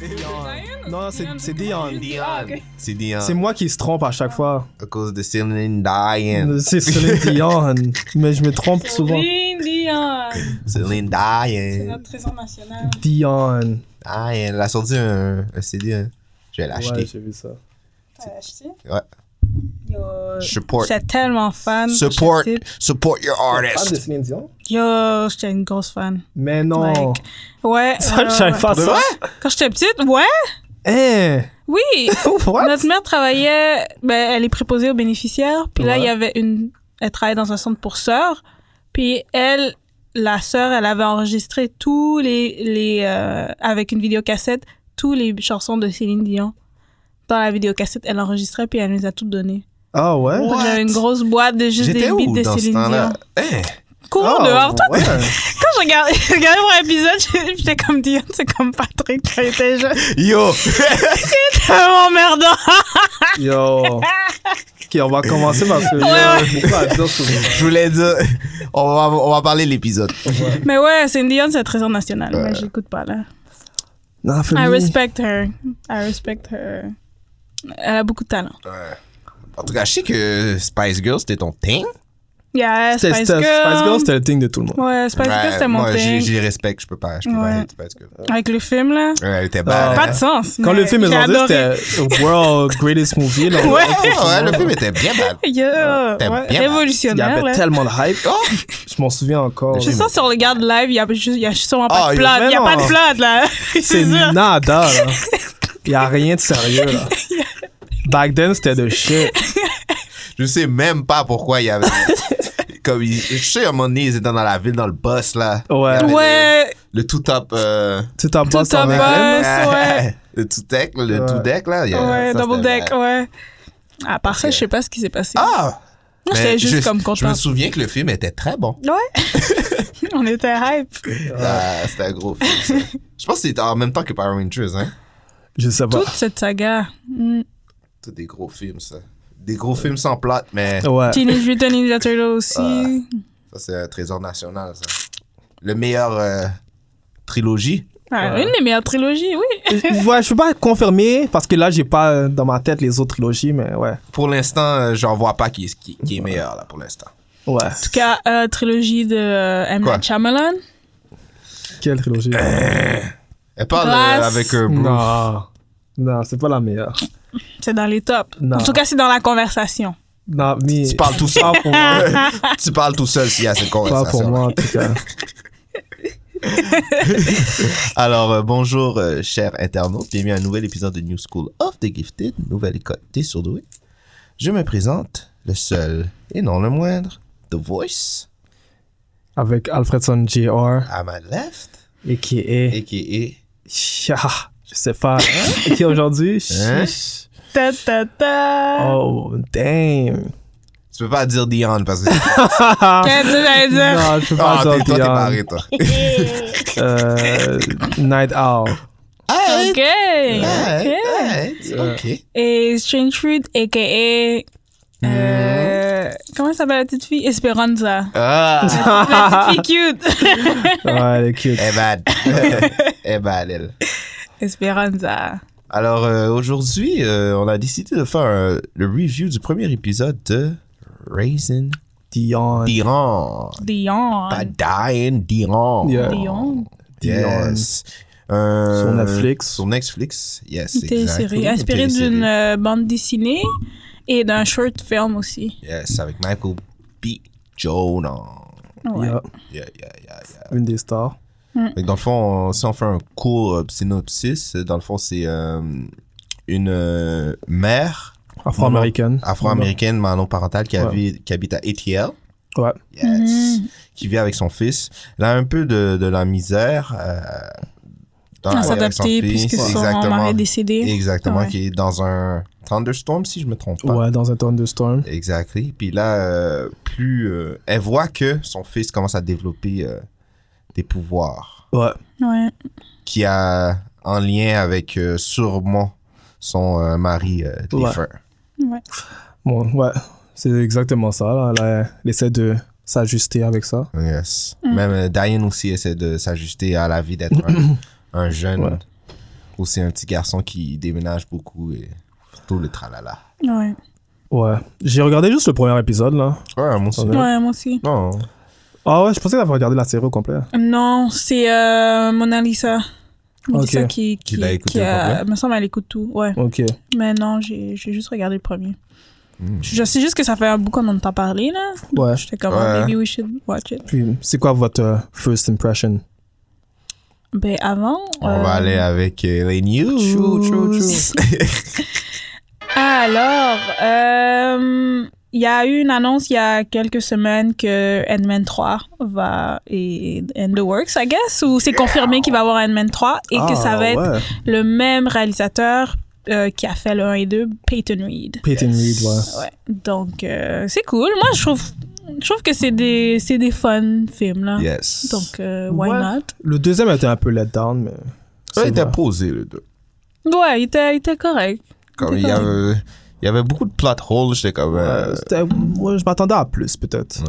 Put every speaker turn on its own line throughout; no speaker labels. C'est Dion. Non, c'est c'est Dion.
C'est Dion.
C'est moi qui se trompe à chaque fois.
à cause de Céline Dion.
C'est Céline Dion, mais je me trompe souvent.
Céline Dion,
Céline
c'est
Dion.
notre trésor national.
Dion.
Dion. Elle a sorti un, un CD. hein. Je vais
Ouais,
l'acheter.
j'ai vu ça.
T'as acheté?
Ouais.
Yo,
Support.
j'étais tellement fan.
Support.
J'étais petite.
Support your
Fan de
artist.
Céline Dion?
Yo, j'étais une grosse fan.
Mais non.
Like, Ouais.
Ça,
euh,
je savais pas ça.
Quand j'étais petite, ouais.
Eh.
Hein?
Oui.
What?
Notre mère travaillait, ben, elle est préposée aux bénéficiaires. Puis là,
Ouais.
il y avait une. Elle travaillait dans un centre pour sœurs. Puis elle, la sœur, elle avait enregistré tous les. les euh, avec une vidéocassette, tous les chansons de Céline Dion. Dans la vidéocassette, elle enregistrait, puis elle nous a toutes données.
Ah ouais?
What?
J'avais une grosse boîte de juste des
J'étais
beats
où
de
dans ce
Céline Dion.
temps-là? Hein?
Cours
Ah,
dehors. Toi,
ouais.
quand je regardais, je regardais mon épisode, j'étais comme Dion, c'est comme Patrick quand il était jeune.
Yo!
C'est vraiment merdant.
Yo. Ok, on va commencer parce que
Ouais,
j'ai beaucoup à dire sur
Je voulais dire. On va, on va parler de l'épisode.
Mais ouais, Céline Dion, c'est un trésor national. Mais j'écoute pas, là.
Non,
I
famille.
respect her. I respect her. Elle a beaucoup de talent.
En tout cas, je sais que Spice Girl, c'était ton thing.
Yeah,
C'était-
Spice
c'était-
Girl.
Spice Girl, c'était le thing de tout le monde.
Ouais, Spice Girl, c'était mon
moi, j'ai-
thing.
j'ai les respecte. Je peux pas. Je peux
Ouais.
pas être Spice Girl.
Avec le film, là.
Ouais, elle était
Ah.
bad.
Pas
hein.
de sens.
Quand
mais
le film est
j'ai
sorti,
adoré.
c'était World Greatest Movie. là, on-
Ouais.
Ouais, le film était bien bad.
Yeah,
T'aimes
ouais,
bien,
Il y
révolutionnaire,
avait
là.
tellement de hype. Oh! Je m'en souviens encore.
Je sens sur le garde live, il y a, juste- il y a sûrement
Ah,
pas
il
de
y
plot.
a-
Il y a
mais
pas
non.
de plot, là.
C'est
C'est ça.
nada, là. Y a rien de sérieux, là. Back then, c'était de shit.
Je sais même pas pourquoi il y avait. comme il- je sais, à un moment donné, ils étaient dans la ville, dans le bus, là.
Ouais.
Il y avait
Ouais,
Le, le tout top. euh,
Tout en bas,
Tout en
en
bas. ouais.
le tout deck, le
Ouais.
tout deck, là. il y a-
ouais,
ça,
double
c'était
deck,
vrai.
ouais. À part ça,
Ok.
je sais pas ce qui s'est passé.
Ah!
Moi,
Mais
j'étais juste
je-
comme
Je me
contente.
souviens que le film était très bon.
Ouais. On était hype.
Ah, c'était un gros film. ça. Je pense que c'était en même temps que Power Rangers, hein.
Je sais pas.
Toute cette saga. Mm.
Tous des gros films, ça. Des gros films sans plot, mais
Oh.
Ouais.
Teenage Mutant Ninja Turtle aussi.
ça, c'est un trésor national, ça. Le meilleur euh, trilogie.
Ah, Une des meilleures trilogies, oui.
Ouais, je peux pas confirmer parce que là, j'ai pas euh, dans ma tête les autres trilogies, mais ouais.
Pour l'instant, euh, j'en vois pas qui, qui, qui est meilleur, là, pour l'instant.
Ouais.
En tout cas, euh, trilogie de euh, M.
Quoi?
Night Shyamalan.
Quelle trilogie
Eh, Elle parle
Glass.
euh, avec euh, Bruce.
Non. Non, c'est pas la meilleure.
C'est dans les tops.
Non.
En tout cas, c'est dans la conversation.
Non, mais.
Tu parles tout
Pas
seul.
pour moi.
tu parles tout seul s'il y a cette
Pas
conversation.
pour moi, en tout cas.
Alors, euh, bonjour, euh, chers internautes. Bienvenue à un nouvel épisode de New School of the Gifted, nouvelle école des surdoués. Je me présente, le seul et non le moindre, The Voice,
Avec Alfredson Jr.
à ma left,
et qui est.
a.k.a.
je sais pas. hein? Et qui aujourd'hui
Hein?
Chiche.
Ta ta ta.
Oh, damn.
Tu peux pas dire Dion parce que...
Qu'est-ce que j'allais dire?
Non, je peux pas
Ah,
dire
t'es- toi, t'es
Dion.
barré, toi.
Euh, Night Owl.
Hey,
Ok.
hey,
Ok.
hey, Ok.
Et Strange Fruit, a.k.a.
Mm.
euh, Comment s'appelle la petite fille? Esperanza.
Ah,
La petite fille cute.
Ouais, elle est cute.
eh ben, eh ben, elle.
Esperanza.
Alors euh, aujourd'hui, euh, on a décidé de faire euh, le review du premier épisode de Raisin
Dion.
Dion.
Dion.
Pas Diane Dion.
Yeah.
Dion.
Yes. Euh,
Sur Netflix.
Sur Netflix, yes.
Une télésérie
exactly.
inspirée
Une télésérie.
d'une euh, bande dessinée et d'un short film aussi.
Yes, avec Michael B. Jordan.
Ouais.
Yeah,
Yeah, yeah, yeah, yeah.
Une des stars.
Mm.
Fait que dans le fond, on- si on fait un court euh, synopsis, dans le fond, c'est euh, une euh, mère
Afro-américaine.
afro-américaine monoparentale qui,
Ouais.
havi- qui habite à ATL.
Ouais.
Yes.
Mm-hmm.
Qui vit avec son fils. Elle a un peu de, de la misère euh, dans
à
la vie avec son
s'adapter
fils.
puisque son mari est décédé.
Exactement,
Ouais.
qui est dans un thunderstorm, si je me trompe pas.
Ouais, dans un thunderstorm.
Exactly. Puis là, euh, plus euh, elle voit que son fils commence à développer euh, des pouvoirs
Ouais.
Ouais.
qui a en lien avec euh, sûrement son euh, mari euh,
Ouais.
défunt.
Ouais.
Bon, ouais. C'est exactement ça. Là. Elle, euh, elle essaie de s'ajuster avec ça.
Yes.
Mm.
Même euh, Diane aussi essaie de s'ajuster à la vie d'être un, un jeune,
Ouais.
aussi un petit garçon qui déménage beaucoup et tout le tralala.
Ouais.
Ouais. J'ai regardé juste le premier épisode, là.
Ouais, mon aussi.
Ouais, moi aussi.
Non.
Ah ouais, je pensais que t'avais regardé la série au complet.
Non, c'est euh, Mona Lisa. Mona
Ok.
Lisa qui, qui,
l'a écouté
qui a-
au complet.
me semble elle écoute tout. Ouais.
Ok.
Mais non, j'ai j'ai juste regardé le premier.
Hmm.
Je sais juste que ça fait un bout qu'on en entend parler, là.
Ouais.
J'étais comme,
Ouais.
oh, maybe we should watch it.
Puis, c'est quoi votre euh, first impression?
Ben, avant.
On
euh,
va aller avec euh, les news.
True, true, true.
Alors, euh, il y a eu une annonce il y a quelques semaines que Endman 3 va. et in the works, I guess. Ou c'est confirmé qu'il va y avoir Endman 3 et que
Ah,
ça va être
Ah, ouais.
le même réalisateur euh, qui a fait le 1 et 2, Peyton Reed.
Peyton Reed, ouais.
Ouais. Donc, euh, c'est cool. Moi, je trouve, je trouve que c'est des, c'est des fun films, là.
Yes.
Donc, euh, why
Ouais.
not?
Le deuxième était un peu let down, mais.
ça il
c'est
était
vrai.
posé, le deux.
Ouais, il était, il était correct.
Comme,
T'es
il, y
correct.
avait, il y avait beaucoup de plot holes. J'étais comme. euh,
Ouais, c'était- ouais, je m'attendais à plus, peut-être.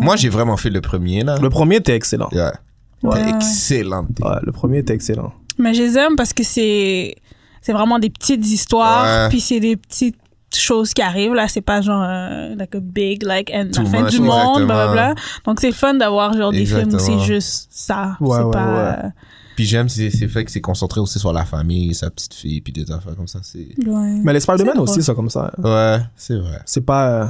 Moi, j'ai vraiment fait le premier, là.
Le premier était excellent.
Yeah.
Ouais, ouais.
Excellent.
Ouais, le premier était excellent.
Mais je les aime parce que c'est, c'est vraiment des petites histoires,
Ouais.
puis c'est des petites choses qui arrivent là c'est pas genre euh, like a big like and
Too
la fin
much,
du monde
exactement.
blablabla donc c'est fun d'avoir genre des films où c'est
Exactement.
juste ça
Ouais,
c'est
ouais,
pas
Puis j'aime, c'est c'est fait que c'est concentré aussi sur la famille, sa petite fille, puis des affaires comme ça. C'est...
euh, ouais.
Mais les Spider-Man
C'est
aussi,
drôle.
ça, comme ça. hein.
Ouais, c'est vrai.
C'est pas. euh,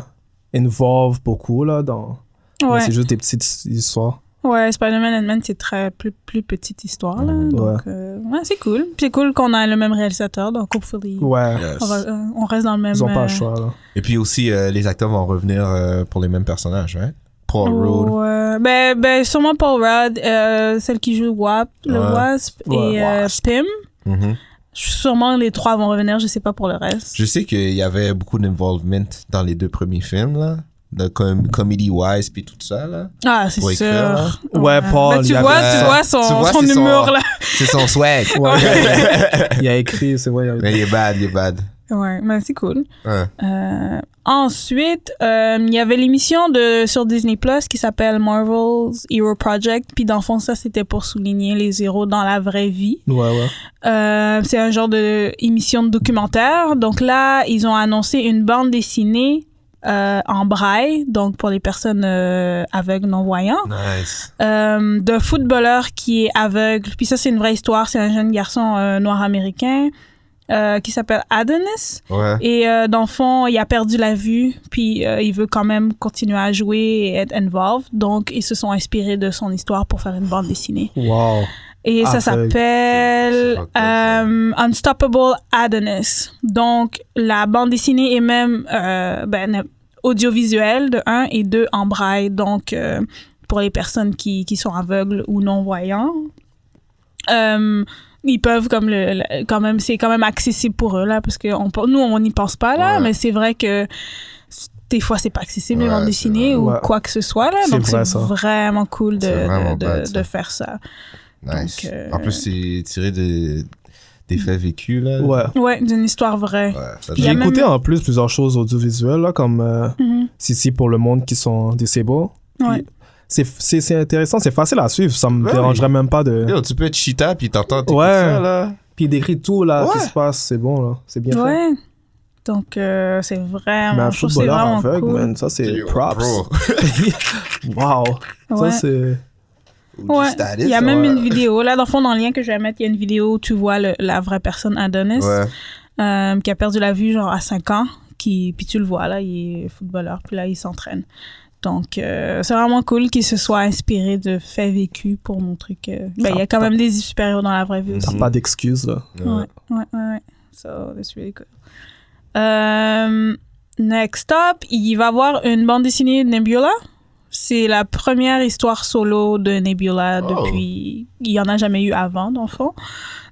involve beaucoup, là, dans. mais
Ouais.
C'est juste des petites histoires.
Ouais, Spider-Man and Man, c'est très plus, plus petite histoire, là. Donc, euh, ouais, c'est cool. Puis C'est cool qu'on a le même réalisateur, donc hopefully,
Ouais.
Yes.
on, va- euh, on reste dans le même...
Ils ont pas
euh,
le choix, là.
Et puis aussi, euh, les acteurs vont revenir euh, pour les mêmes personnages, right? Paul Rudd.
Ouais. Ben, ben, sûrement Paul Rudd, euh, celle qui joue Wap, le
Ouais.
Wasp
Ouais.
et euh, Pym.
Mhm.
Sûrement les trois vont revenir, je sais pas pour le reste.
Je sais qu'il y avait beaucoup d'involvement dans les deux premiers films, là. De com- comedy-wise, puis tout ça, là.
Ah, c'est
Pour
sûr.
écrire, hein.
Ouais, Paul,
Ben,
il y
tu,
avait-
vois, tu vois son,
Tu vois,
son
c'est son-
humour, là.
C'est son swag.
Ouais. il y a écrit, c'est vrai. il y avait-
Mais il est bad, il est bad. Hein.
Ouais, ben, c'est cool.
Ouais.
Euh, ensuite, euh, il y avait l'émission de sur Disney Plus qui s'appelle Marvel's Hero Project. Puis dans le fond, ça c'était pour souligner les héros dans la vraie vie.
Ouais, ouais.
Euh, c'est un genre de émission de documentaire. Donc là, ils ont annoncé une bande dessinée euh, en braille, donc pour les personnes euh, aveugles non voyants,
Nice.
euh, d'un footballeur qui est aveugle. Puis ça, c'est une vraie histoire. C'est un jeune garçon euh, noir américain euh, qui s'appelle Adonis.
Ouais.
Et euh, dans le fond, il a perdu la vue, puis euh, il veut quand même continuer à jouer et être involved. Donc, ils se sont inspirés de son histoire pour faire une bande dessinée.
Wow.
Et
Ah,
ça
ça-
c'est
s'appelle
fucked up,
euh, Unstoppable Adonis. Donc, la bande dessinée est même euh, ben, audiovisuelle de 1 et 2 en braille. Donc, euh, pour les personnes qui, qui sont aveugles ou non-voyants. Euh, ils peuvent comme le, le- quand même c'est quand même accessible pour eux là parce que on, pe- nous on n'y pense pas là
Ouais.
mais c'est vrai que des fois c'est pas accessible les
Ouais,
bandes
c'est
dessinées ou
vrai. Ouais.
quoi que ce soit là
C'est
donc
vrai,
c'est
ça.
vraiment cool de,
C'est vraiment
de- de-
bad, ça.
de faire ça
Nice.
Donc, euh,
En plus, c'est tiré de- des faits vécus, là.
Ouais.
ouais d'une histoire vraie
Ouais, ça
J'ai
y a
donne-
même-
écouté en plus plusieurs choses audiovisuelles, là, comme euh,
Mhm.
Sissi pour le monde qui sont disabled. Puis
Ouais.
C'est, c'est, c'est intéressant, c'est facile à suivre, ça me
Ouais.
dérangerait même pas de.
Yo, tu peux être cheetah, puis t'entends t'écoutes
Ouais.
ça, là.
Puis il décrit tout là,
Ouais.
qui se passe, c'est bon là, c'est bien fait.
ouais donc euh, c'est
Mais
vraiment
un
je trouve que c'est
footballeur
vraiment
aveugle,
cool
man, ça c'est
Yo,
props.
bro.
wow,
Ouais.
ça c'est.
Ouais.
Just at it,
Il y a
ça,
même
ouais.
une vidéo. Là, dans le fond, dans le lien que je vais mettre, il y a une vidéo où tu vois le- la vraie personne Adonis
Ouais.
euh, qui a perdu la vue genre à 5 ans. Qui, puis tu le vois, là, il est footballeur, puis là, il s'entraîne. Donc, euh, c'est vraiment cool qu'il se soit inspiré de faits vécus pour montrer que. ben, il y a quand
Ah.
même des super-héros dans la vraie vie aussi.
T'as
Mhm.
pas d'excuses là.
Ouais, ouais, ouais, ouais. So, that's really cool. Euh, next up, il va y avoir une bande dessinée de Nebula. C'est la première histoire solo de Nebula
Oh.
depuis. Il n'y en a jamais eu avant, dans le fond.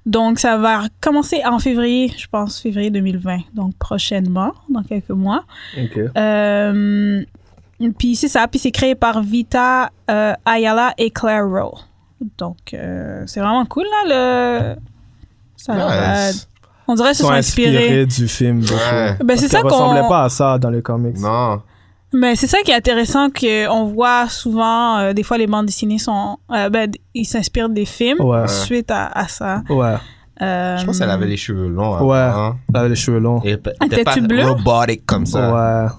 Donc, ça va commencer en février, je pense, février 2020. Donc, prochainement, dans quelques mois.
Ok.
Euh, puis c'est ça, puis c'est créé par Vita euh, Ayala et Claire Rowe. Donc euh, c'est vraiment cool là le. Ça leur a-
Nice.
On dirait qu'ils se sont inspirés.
du film. beaucoup.
Ouais.
Ben, c'est
Parce
ça
qu'elle ressemblait
qu'on.
pas à ça dans les comics.
Non.
Mais c'est ça qui est intéressant que on voit souvent euh, des fois les bandes dessinées sont euh, ben d- ils s'inspirent des films
Oh, Ouais.
suite à, à ça.
Ouais.
Euh,
Je pense qu'elle avait les cheveux longs. avant,
Ouais.
hein.
Elle avait les cheveux longs.
Et pe-
Ah,
t'es pas
t'es-tu bleue?
robotic comme ça.
Ouais.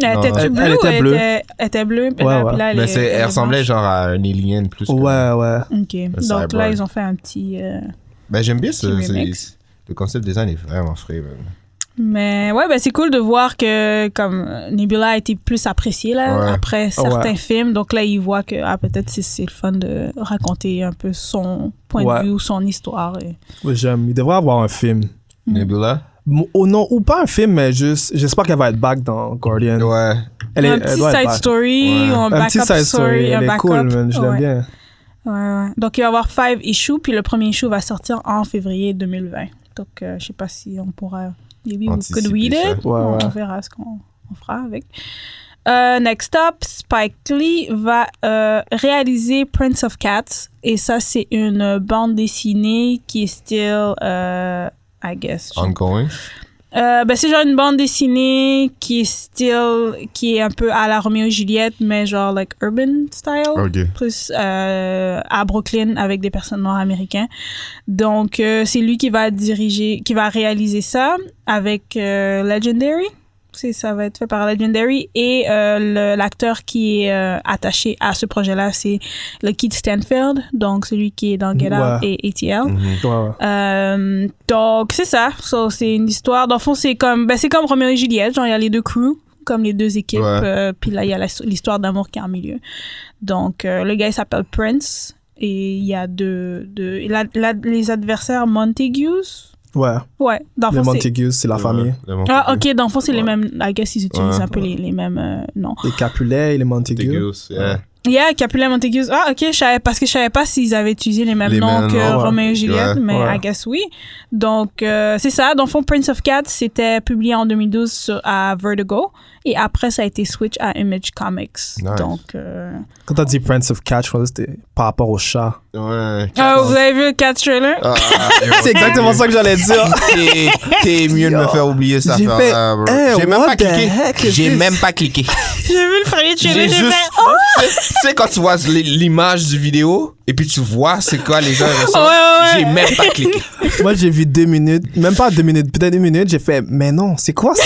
Elle était
Non,
elle-
bleue.
elle
ou
était
elle
bleue.
était, elle était bleue. puis
Ouais,
là,
ouais.
puis là, elle
Mais
est-
c'est,
elle
elle
est
ressemblait genre à un alien plus. que-
Ouais, ouais.
blanche. Ok. Donc là
cyborg.
ils ont fait un petit. euh,
Ben, j'aime bien ce,
Petit
c'est-
remix.
le concept design est vraiment frais. man.
Mais ouais, ben c'est cool de voir que comme euh, Nebula a été plus appréciée là,
Ouais.
après
Ah, Ouais.
certains films. Donc là, il voit que ah, peut-être c'est- c'est le fun de raconter un peu son point
Ouais.
de vue ou son histoire. et-
Oui, j'aime. Il devrait avoir un film.
Mm.
Nebula.
Mo- Oh non, ou pas un film, mais juste. J'espère qu'elle va être back dans Guardian.
Ouais.
Elle est- euh,
un
elle
petit
doit être
side
back.
story
Ouais.
ou un,
Un
backup
petit side story.
un
Elle est
backup.
cool, man. Je l'aime
Ouais.
bien.
Ouais, ouais. Donc il va y avoir five issues, puis le premier issue va sortir en février 2020. Donc euh, je sais pas si on pourra. Maybe we could
Anticiper
read
ça.
it.
Ouais,
on,
ouais.
on verra ce qu'on on fera avec. Euh, next up, Spike Lee va euh, réaliser Prince of Cats. Et ça, c'est une bande dessinée qui est still, euh, I guess. je-
Ongoing.
Euh, ben, c'est genre une bande dessinée qui est still, qui est un peu à la Romeo et Juliette, mais genre like urban style
Ok.
plus euh, à Brooklyn avec des personnes noires américains. Donc, euh, c'est lui qui va diriger, qui va réaliser ça avec euh, Legendary. C'est, ça va être fait par Legendary. Et euh, le- l'acteur qui est euh, attaché à ce projet-là, c'est le Kid Stanfield, donc celui qui est dans Get Out
Ouais.
et ATL.
Mhm.
Ouais, ouais.
Euh, donc c'est ça. So, c'est une histoire. Dans le fond, c'est comme, ben, c'est comme Roméo et Juliette. Genre, il y a les deux crews, comme les deux équipes.
Ouais.
euh, Puis là, il y a la- l'histoire d'amour qui est en milieu. Donc, euh, le gars, il s'appelle Prince. Et il y a deux. deux la- la- les adversaires Montagues.
Ouais.
Ouais, dans le
Les
fond, c'est.
Montagues, c'est la famille.
Le Montague.
Ah, ok, dans le fond, c'est les
Ouais.
mêmes. I guess ils utilisent
Ouais.
un peu les, les mêmes euh, noms.
Les Capulet et les Montagues.
Montagues, yeah.
Yeah, Capulet, Montagues. Ah, ok, je savais- parce que je savais pas s'ils avaient utilisé les mêmes
Les
noms
mêmes
que
noms, ouais.
Roméo et Juliette,
Ouais.
mais
Ouais.
I guess oui. Donc, euh, c'est ça. Dans le fond, Prince of Cats, c'était publié en 2012 sur- à Vertigo, et après, ça a été switch à Image Comics. Donc, euh,
Quand t'as dit Prince of Catch, je pensais que c'était par rapport au chat.
Ouais.
Ah, vous avez vu le Cats trailer?
Ah, ah, yo,
C'est exactement ça que j'allais dire.
T'es t'es mieux de me faire oublier ça. euh,
J'ai fait, hey,
J'ai même
what
pas
the
cliqué.
heck is
J'ai
this?
même pas cliqué.
J'ai vu le premier
J'ai
trailer, j'ai
juste.
fait, oh!
Tu sais- Tu sais, quand tu vois l- l'image du vidéo et puis tu vois c'est quoi les gens ressentent,
oh, Ouais, ouais,
j'ai
ouais.
même pas cliqué.
Moi, j'ai vu deux minutes, même pas deux minutes, peut-être une minute, j'ai fait, mais non, c'est quoi ça?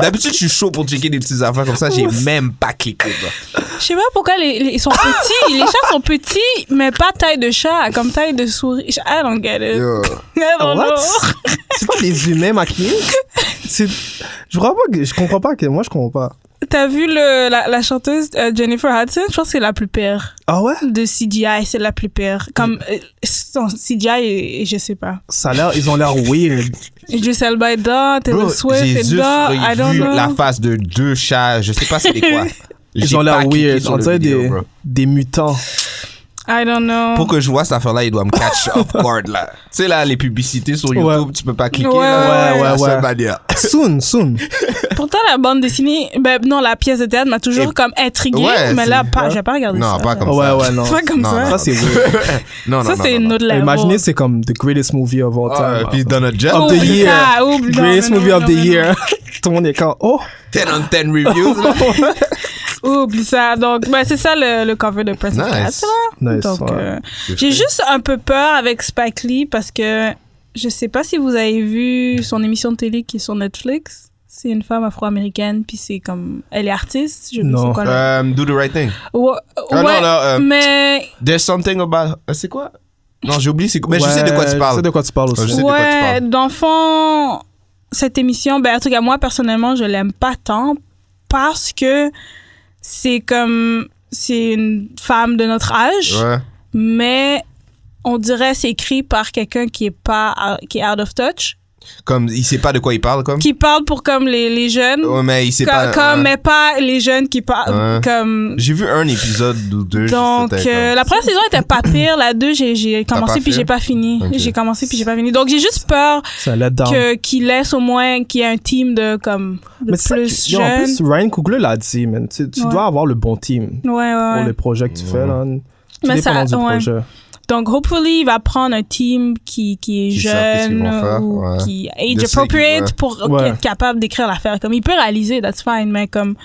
D'habitude, je suis chaud pour checker des petites affaires comme ça, j'ai même pas cliqué. bro.
Je sais pas pourquoi les, les- ils sont petits. les chats sont petits, mais pas taille de chat, comme taille de souris. I don't get it.
Yo. Ah,
I don't
What?
know.
C'est pas des humains maquillés? C'est- Je crois pas que, je comprends pas que, moi, je comprends pas.
T'as vu le, la, la chanteuse euh, Jennifer Hudson? Je pense que c'est la plus pire.
Ah ouais?
De CGI, c'est la plus pire. Comme
Mm.
euh, son CGI, et, et je sais pas.
Ça a l'air, ils ont l'air weird.
Idris Elba est dedans, Taylor
Bro,
Swift
j'ai
est
juste
dedans,
re-
I don't
vu
know.
la face de deux chats, je sais pas c'est quoi.
Ils
J'ai pas
ont l'air
cliqué
weird.
sur
On
le
dirait
vidéo,
des,
bro.
des mutants.
I don't know.
Pour que je vois cette affaire-là, il doit me catch off guard là. Tu sais là, les publicités sur YouTube,
Ouais.
tu peux pas cliquer.
Ouais,
là,
ouais,
la
ouais,
seule
ouais.
manière.
Soon, soon.
Pourtant, la bande dessinée, ben non, la pièce de théâtre m'a toujours
Et-
comme intriguée,
Eh, Ouais,
mais
c'est-
là, pas, j'ai pas regardé ça.
Non, pas comme
Ouais,
ça.
ouais, non.
C'est pas comme
Non,
ça.
non.
Ça, c'est weird.
Non, non,
Ça,
non,
c'est
non,
une
non.
autre level.
Imaginez, c'est comme the greatest movie of all
Ah,
time.
puis Donald
of
Jump,
the
Oublie
year.
ça, oublie- non,
greatest
mais non,
movie of
non,
the
mais non.
year. Tout le monde est quand, oh!
10 on 10 reviews. là.
Oublie ça. Donc, ben, c'est ça le, le cover de Prince of
Nice.
Cats, là.
Nice.
Donc,
ouais.
euh,
C'est
j'ai
vrai.
juste un peu peur avec Spike Lee parce que je sais pas si vous avez vu son émission de télé qui est sur Netflix. C'est une femme afro-américaine, puis c'est comme. Elle est artiste, je ne
Non.
sais quoi. là.
Euh, do the right thing.
Ouais,
Ah,
ouais,
non, non, euh,
mais.
There's something about. euh, C'est quoi Non, j'ai oublié. c'est quoi. Mais je
Ouais,
sais de quoi tu
Je sais
parles.
de quoi tu parles
Je
aussi.
sais de quoi tu
Ouais,
parles.
dans le fond, cette émission, ben, en tout cas, moi, personnellement, je l'aime pas tant parce que c'est comme. C'est une femme de notre âge.
Ouais.
mais on dirait c'est écrit par quelqu'un qui est pas qui est out of touch
Comme, il sait pas de quoi il parle, comme.
Qui parle pour comme les, les jeunes.
Hmm. Ouais, mais il sait
Co-
pas.
comme,
ouais.
mais pas les jeunes qui parlent.
Ouais.
Comme.
J'ai vu un épisode ou deux. juste
Donc,
c'était
euh,
comme-
la première saison était pas pire. La deux, j'ai- j'ai
hein. T'as
commencé
pas
puis
fait?
j'ai pas fini.
Ok.
J'ai commencé puis j'ai pas fini. Donc, j'ai juste peur
Ça let down.
que qu'il laisse au moins qu'il y ait un team de comme de
Mais c'est ça
plus
que- yo, en
jeunes.
plus, Ryan Coogler l'a dit, man. Tu, tu
Ouais.
dois avoir le bon team
Ouais, ouais, ouais.
pour les projets que tu fais,
Ouais.
là.
Mais
Mais
ça-
ça, du
ouais.
projet.
Donc, hopefully, il va prendre un team qui, qui est
Qui savent qu'est-ce qu'ils
jeune
vont faire,
ou
ouais.
qui est
De ceux
age
qui-
appropriate
ouais.
pour
Ouais.
être capable d'écrire l'affaire. Comme il peut réaliser, that's fine, mais comme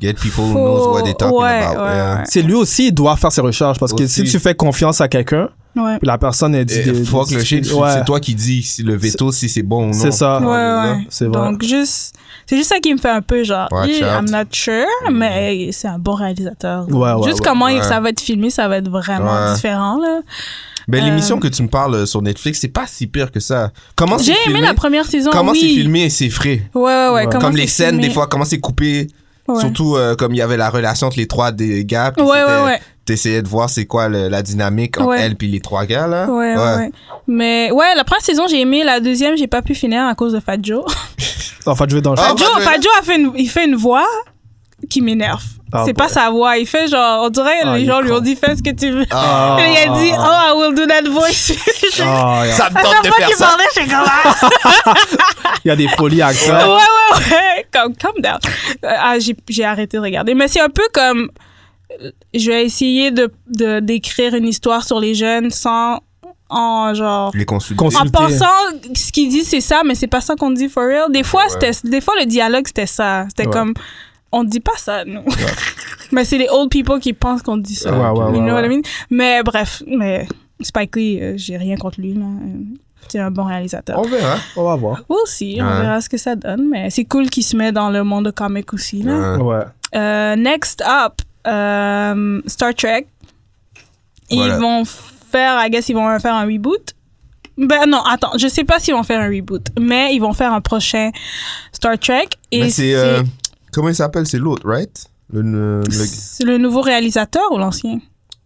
Get people who knows what they're talking
Ouais,
about.
ouais,
yeah.
C'est lui aussi, il doit faire ses recherches parce que
Aussi.
si tu fais confiance à quelqu'un,
ouais,
puis la personne est dit.
Et
des-
fuck
des-
le shit,
ouais.
c'est toi qui dis si le veto, si c'est bon ou non.
C'est ça.
ouais, ouais.
Ah, C'est vrai.
Donc juste, c'est juste ça qui me fait un peu genre,
Watch
eh, I'm
out.
not sure, mais c'est un bon réalisateur.
Ouais, ouais,
juste
ouais,
comment
ouais.
ça va être filmé, ça va être vraiment
Ouais.
différent là.
Ben,
Euh,
l'émission que tu me parles euh, sur Netflix, c'est pas si pire que ça. Comment
J'ai
c'est
aimé
filmé?
la première saison.
Comment
oui.
c'est filmé, c'est frais.
Ouais, ouais, ouais.
Ouais.
comment
Comme les
c'est
scènes,
filmé.
des fois, comment c'est coupé.
Ouais.
Surtout euh, comme il y avait la relation entre les trois des gars. puis
Ouais, ouais,
c'était-
ouais.
T'essayais de voir c'est quoi le- la dynamique entre
Ouais.
elle puis les trois gars, là.
Ouais, ouais, ouais. Mais ouais, la première saison, j'ai aimé. La deuxième, j'ai pas pu finir à cause de Fat Joe.
Enfin, je vais dans le
Ah, Fat
Fat
chat.
Joe,
Joe, là.
Fat Joe a fait une, il fait une voix qui m'énerve.
Ah,
c'est
ouais.
pas sa voix. Il fait genre, on dirait,
Ah,
les
il
gens
est
lui
con.
ont dit, fais ce que tu veux.
Ah,
Et il a dit, oh, I will do that voice. Je-
Ah, il y a-
ça me
à
tente
chaque
de
fois
faire
qu'il
ça.
parlait, j'étais comme, ah,
il y a des folies
Ah.
à
ouais,
ça.
ouais, ouais. Comme, calm down. Euh, Ah, j'ai, j'ai arrêté de regarder. Mais c'est un peu comme, euh, je vais essayer de, de- d'écrire une histoire sur les jeunes sans, en genre,
Les consulter.
Consul-
en
Insulté.
pensant ce qu'il dit c'est ça mais c'est pas ça qu'on dit for real des fois
Ouais.
c'était des fois le dialogue c'était ça c'était
Ouais.
comme on dit pas ça nous mais c'est les old people qui pensent qu'on dit ça
Ouais, ouais, ouais,
you know what I
ouais.
mean? mais bref mais Spike Lee euh, j'ai rien contre lui là. Euh, c'est un bon réalisateur
On
Oh.
verra.
On va voir.
We'll see, on
Ouais.
verra ce que ça donne mais c'est cool qu'il se met dans le monde de comic aussi là.
Ouais.
Ouais.
Euh, next up, euh, Star Trek. Et
Voilà.
Ils vont faire, I guess, ils vont faire un reboot. Ben non, attends, je sais pas s'ils vont faire un reboot, mais ils vont faire un prochain Star Trek. Et
Mais c'est. euh, Comment il s'appelle C'est l'autre, right le, le- le-
c'est le nouveau réalisateur ou l'ancien?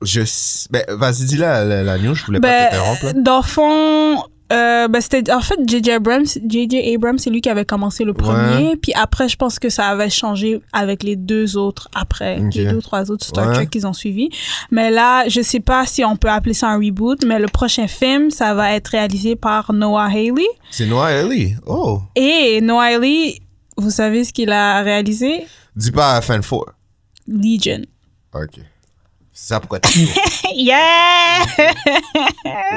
je s- ben, vas-y dis la, la, la news je voulais
Ben,
pas t'interrompre là.
Dans le fond, euh, ben, c'était, en fait, J.J. Abrams, J.J. Abrams, c'est lui qui avait commencé le premier. Puis après, je pense que ça avait changé avec les deux autres après,
Ok.
les deux ou trois autres Star
Ouais.
Trek qu'ils ont suivis. Mais là, je sais pas si on peut appeler ça un reboot, mais le prochain film, ça va être réalisé par Noah Haley.
c'est Noah Ellie oh
Et Noah Haley, vous savez ce qu'il a réalisé?
dis pas à Fan 4
Legion.
ok c'est ça pourquoi t'es chaud.
Yeah!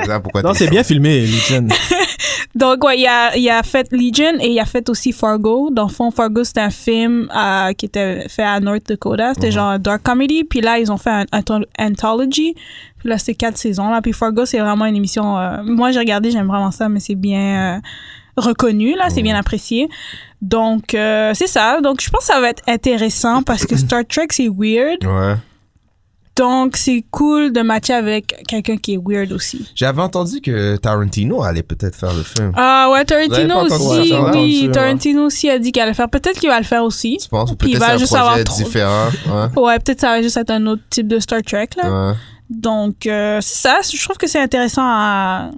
c'est ça pourquoi
Non,
t'es
c'est
chaud.
bien filmé, Legion.
Donc, ouais, il a, il a fait Legion et il a fait aussi Fargo. Dans le fond, Fargo, c'était un film euh, qui était fait à North Dakota. C'était genre un dark comedy. Puis là, ils ont fait un, anthol- anthology. Puis là, c'est quatre saisons. Là. Puis Fargo, c'est vraiment une émission. euh, moi, j'ai regardé, j'aime vraiment ça, mais c'est bien euh, reconnu. Là, c'est bien apprécié. Donc, euh, c'est ça. Donc, je pense que ça va être intéressant parce que Star Trek, c'est weird.
ouais
Donc, c'est cool de matcher avec quelqu'un qui est weird aussi.
j'avais entendu que Tarantino allait peut-être faire le film
Ah ouais,
Vous
Tarantino
avez pas entendu
aussi,
ça,
ouais.
oui,
Entendu,
Tarantino aussi a dit qu'il allait le faire. Peut-être qu'il va le faire aussi.
tu penses ou
Puis il
peut-être
va
c'est un
juste
projet
avoir trop-
différent ouais
Ouais, peut-être ça va juste être un autre type de Star Trek là.
ouais
Donc euh, c'est ça, je trouve que c'est intéressant à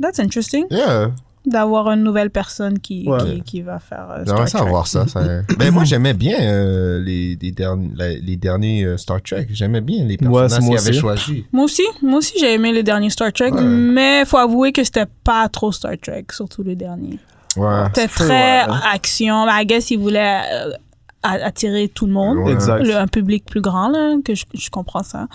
That's interesting
yeah
d'avoir une nouvelle personne qui
Ouais.
qui, qui va faire euh, Star
j'aimerais
Trek.
savoir ça, ça... ben moi j'aimais bien euh, les, les derniers la- les derniers euh, Star Trek j'aimais bien les personnages
c'est moi
qu'ils avaient
aussi.
choisis
Moi aussi, moi aussi j'ai aimé le dernier Star Trek,
Ouais.
mais faut avouer que c'était pas trop Star Trek, surtout le dernier.
ouais
C'était
c'est vrai,
très
ouais.
action, Ben, I guess il voulait euh, a- attirer tout le monde.
Ouais.
Exact.
le, un public plus grand, là, que je, je comprends ça.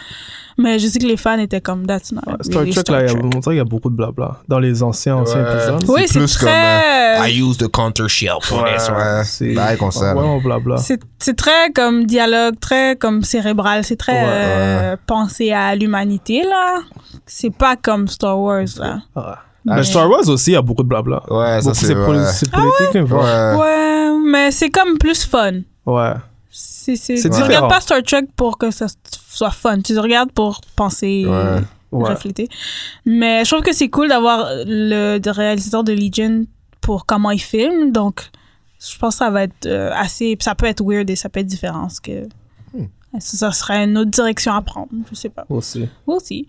Mais je sais que les fans étaient comme, that's not
Ouais, Star
really
Trek, là, il y a- on dirait qu'il y a beaucoup de blabla. Dans les anciens, anciens
Ouais.
épisodes.
Oui,
C'est
c'est
plus comme,
euh,
très... euh,
I use the counter shell for this ouais
C'est
pareil comme ça là.
vraiment blabla.
c'est- c'est très comme dialogue, très comme cérébral, c'est très
Ouais.
euh, pensé à l'humanité, là. C'est pas comme Star Wars, là.
Ouais.
Mais-
Ah. Mais Star Wars aussi, il y a beaucoup de blabla.
ouais ça
Beaucoup,
c'est
c'est poli-
ouais.
c'est politique. un peu.
Ouais.
Ouais, mais c'est comme plus fun.
Ouais.
C'est c'est-
C'est
tu
différent.
regardes pas Star Trek pour que ça soit fun. Tu le regardes pour penser...
Ouais.
Ouais.
refléter. Mais je trouve que c'est cool d'avoir le de réalisateur de Legion pour comment il filme. Donc, je pense que ça va être euh, assez. Ça peut être weird et ça peut être différent. Parce que Ça, ça serait une autre direction à prendre, je sais pas.
Aussi.
Aussi.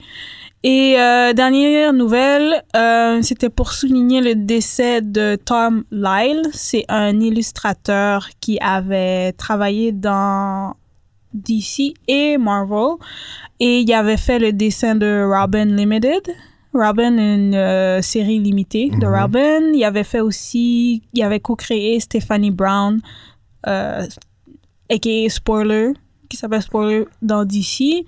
Et euh, dernière nouvelle, euh, c'était pour souligner le décès de Tom Lyle. C'est un illustrateur qui avait travaillé dans DC et Marvel. Et il avait fait le dessin de Robin Limited. Robin, une euh, série limitée
Mhm.
de Robin. Il avait fait aussi, il avait co-créé Stephanie Brown, euh, aka Spoiler, qui s'appelle Spoiler dans DC.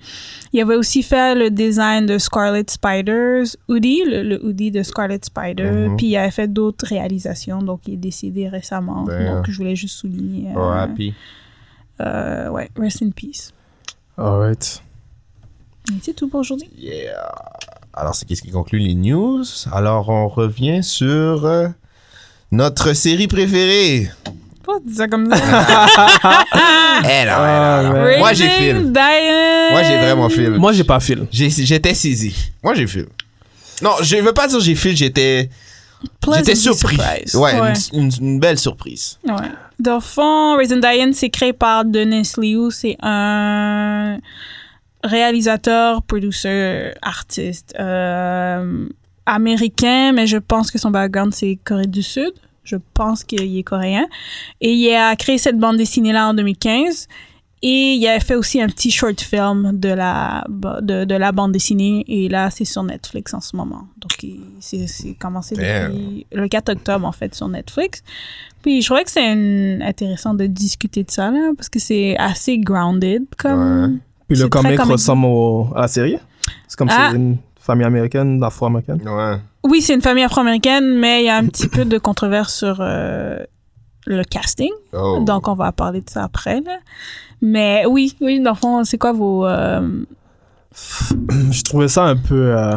Il avait aussi fait le design de Scarlet Spiders, Hoodie, le, le hoodie de Scarlet Spider.
Mhm.
Puis il avait fait d'autres réalisations, donc il est décédé récemment.
Ben,
donc je voulais juste souligner.
Oh,
euh,
happy.
euh, ouais, rest in peace.
Alright.
Et C'est tout pour aujourd'hui.
Yeah. Alors, c'est qu'est-ce qui conclut les news? Alors, on revient sur euh, notre série préférée.
Pourquoi tu dis ça comme ça?
Eh là,
Ah,
eh là, eh là.
ouais.
Moi, j'ai
Raising
film.
Diane.
Moi, j'ai vraiment film.
Moi, j'ai pas film.
J'ai- J'étais saisi. Moi, j'ai film. Non, je veux pas dire j'ai film, j'étais
Pleasantly
j'étais surpris.
surprised.
Ouais, une-
ouais.
Une, une belle surprise.
ouais. Dans le fond, Raising Diane, c'est créé par Dennis Liu. C'est un réalisateur, producer, artiste euh, américain, mais je pense que son background, c'est Corée du Sud. Je pense qu'il est coréen. Et il a créé cette bande dessinée-là en 2015. Et il a fait aussi un petit short film de la, ba- de, de la bande dessinée. Et là, c'est sur Netflix en ce moment. Donc, il- c'est c'est commencé
Damn.
depuis le 4 octobre, en fait, sur Netflix. Puis, je trouvais que c'est une- intéressant de discuter de ça, là, parce que c'est assez grounded comme,
Puis
C'est
le
très
comic
comique.
ressemble au- à la série. C'est comme
Ah.
c'est une famille américaine, afro-américaine.
Ouais.
Oui, c'est une famille afro-américaine, mais il y a un petit peu de controverse sur euh, le casting.
Oh.
Donc, on va parler de ça après. là. Mais oui, oui, dans le fond, c'est quoi vos. euh,
Je trouvais ça un peu, euh,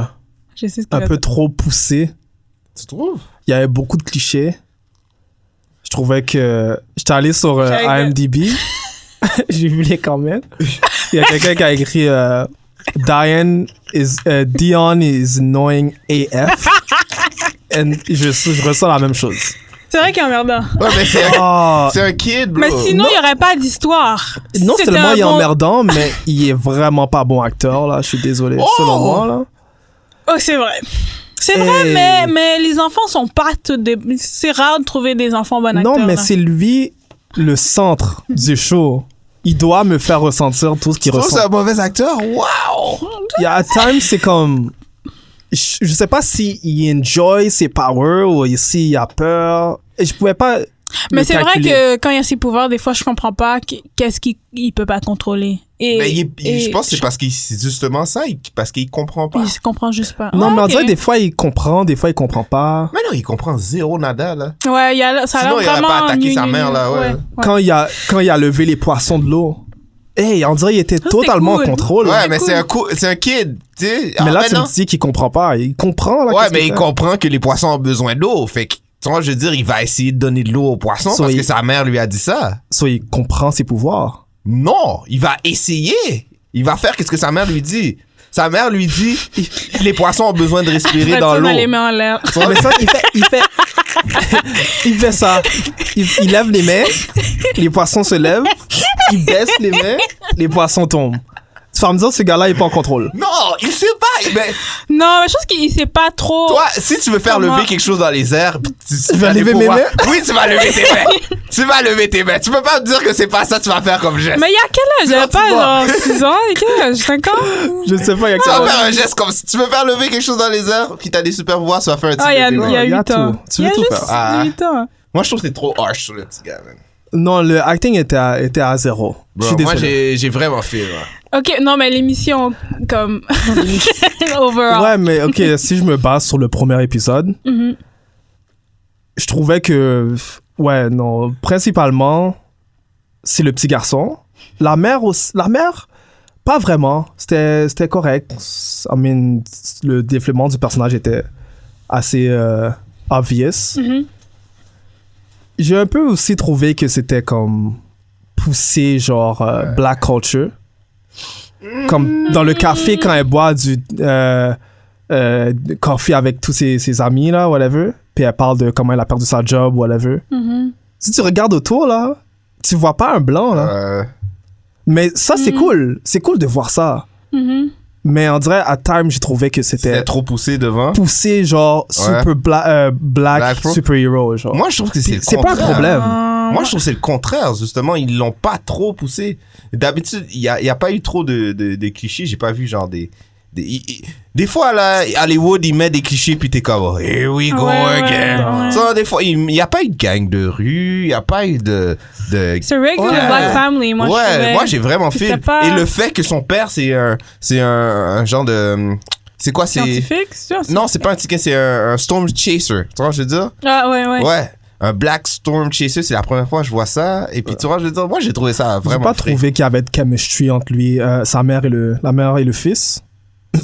je sais ce que
un
t'as-
peu trop poussé.
tu trouves?
Il y avait beaucoup de clichés. Je trouvais que. J'étais allé sur euh,
J'avais-
IMDb. J'ai vu les comments. Il y a quelqu'un qui a écrit euh, Diane is, euh, Dion is annoying AF. And je, je ressens la même chose.
C'est vrai qu'il est emmerdant.
Ouais, mais c'est
Oh,
c'est un kid, bro.
Mais sinon, il n'y aurait pas d'histoire.
non
C'était
seulement
un
il est
bon-
emmerdant, mais il est vraiment pas bon acteur, là. Je suis désolé.
Oh!
Selon moi, là.
Oh, c'est vrai. C'est
Hey.
vrai, mais, mais les enfants sont pas tous des. C'est rare de trouver des enfants bon acteurs. hein.
non, mais
là.
c'est lui le centre du show. Il doit me faire ressentir tout ce
Tu
qu'il
trouves
ressent.
c'est un mauvais acteur? Wow!
Il y a à times, c'est comme. Je, je sais pas si il enjoy ses powers ou s'il a peur. Et je pouvais pas.
Mais
le
c'est vrai
calculer.
que quand il y a ses pouvoirs, des fois, je comprends pas qu- qu'est-ce qu'il il peut pas contrôler. Et,
Mais il est- il-
et-
je pense que c'est parce qu'il c'est justement ça, il- parce qu'il comprend pas.
Je comprends juste pas.
Non,
Ouais,
mais on
ok.
dirait des fois il comprend, des fois il comprend pas.
Mais non, il comprend zéro nada, là.
Ouais, il y a, ça a l'air
Sinon, il aurait
vraiment.
pas attaqué
gnu,
sa
gnu,
mère,
gnu.
là, ouais.
Quand, il a, quand il a levé les poissons de l'eau, hey, on dirait il était
c'était
totalement
cool.
en contrôle.
Ouais,
c'est
mais
Oh, cool.
c'est un, cou- c'est un kid, tu sais.
Mais
Ah,
là,
ben
tu
non.
me dis qu'il comprend pas. Il comprend. Là,
Ouais,
qu'est-ce
mais
qu'il
il
fait.
comprend que les poissons ont besoin d'eau. Fait que, tu vois, je veux dire, il va essayer de donner de l'eau aux poissons
So,
parce que
il-
sa mère lui a dit ça.
So, il comprend ses pouvoirs.
Non, il va essayer. Il va faire qu'est-ce que sa mère lui dit. Sa mère lui dit, les poissons ont besoin de respirer
Fred,
dans
ça,
l'eau.
les mains en l'air.
mais ça, il fait, il fait, il fait ça. Il, il lève les mains, les poissons se lèvent, il baisse les mains, les poissons tombent. Tu vas me dire, ce gars-là, il est pas en contrôle.
Non, il sait pas. Mais
Non, mais je pense qu'il sait pas trop.
toi, si tu veux faire
Oh. Comment?
lever quelque chose dans les airs, pis tu, tu
vas
t'as des
lever mes
pouvoirs-
mains?
Oui, tu vas lever tes mains. tu vas lever tes mains. Tu peux pas me dire que c'est pas ça que tu vas faire comme geste.
Mais il y a quel âge Il y a
Sinon, tu
pas
vois.
genre 6 ans et quel âge 5 ans
Je sais pas, il y a
Tu vas
quoi.
faire un geste comme si tu veux faire lever quelque chose dans les airs, puis t'as des super pouvoirs, tu vas faire un petit
Ah, il y a,
lever
il
main.
y a
Il y a
8 ans.
tout. Tu veux
Il y a
tout
juste
faire.
Ah.
8 ans.
Moi, je trouve que c'est trop harsh sur le petit gars, man.
Non, le acting était à, était à zéro.
Bro,
je suis
moi,
désolé.
j'ai j'ai vraiment fait, là.
Ok, non, mais l'émission, comme. Overall.
Ouais, mais ok, si je me base sur le premier épisode,
Mhm.
je trouvais que, ouais, non, principalement, c'est le petit garçon. La mère aussi, la mère, pas vraiment. C'était, c'était correct. I mean, le développement du personnage était assez euh, obvious.
Mhm.
J'ai un peu aussi trouvé que c'était comme poussé, genre, euh, black culture. Comme dans le café, quand elle boit du euh, euh, coffee avec tous ses, ses amis, là, whatever. Puis elle parle de comment elle a perdu sa job,
Hmm.
whatever.
Mhm.
Hein? Si tu regardes autour, là, tu vois pas un blanc, là.
Euh,
Mais ça, c'est cool. C'est cool de voir ça.
Mhm.
Mais on dirait, à time, j'ai trouvé que c'était
C'était trop poussé devant.
poussé, genre, super bla- euh, black,
Black pro-
superhero, genre.
Moi, je trouve que c'est le
c'est pas un
contraire.
problème.
Ah,
Moi, je trouve que c'est le contraire, justement. Ils l'ont pas trop poussé. D'habitude, il n'y a, il y a pas eu trop de, de, de clichés. J'ai pas vu genre des. Des, i- i- des fois, là, Hollywood, ils mettent des clichés, puis t'es comme, oh, here we go
Ouais, ouais,
again.
ouais.
Ça, des fois, il n'y a pas eu de gang de rue, il n'y a pas eu de. de...
C'est regular
Ouais.
Black Family, moi, je
ouais,
trouvais.
moi, j'ai vraiment
C'était
fait.
pas-
Et le fait que son père, c'est un, c'est un, un genre de. C'est quoi, c'est.
Scientifique, c'est sûr.
Non, c'est pas un ticket, c'est un, un storm chaser. Tu vois, ce que je veux dire.
Ah, ouais, ouais.
Ouais. Un Black Storm Chaser, c'est la première fois que je vois ça. Et puis, tu vois, je veux dire, moi, j'ai trouvé ça
J'ai
vraiment.
pas
frais.
trouvé qu'il y avait de chemistry entre lui, euh, sa mère et le, la mère et le fils.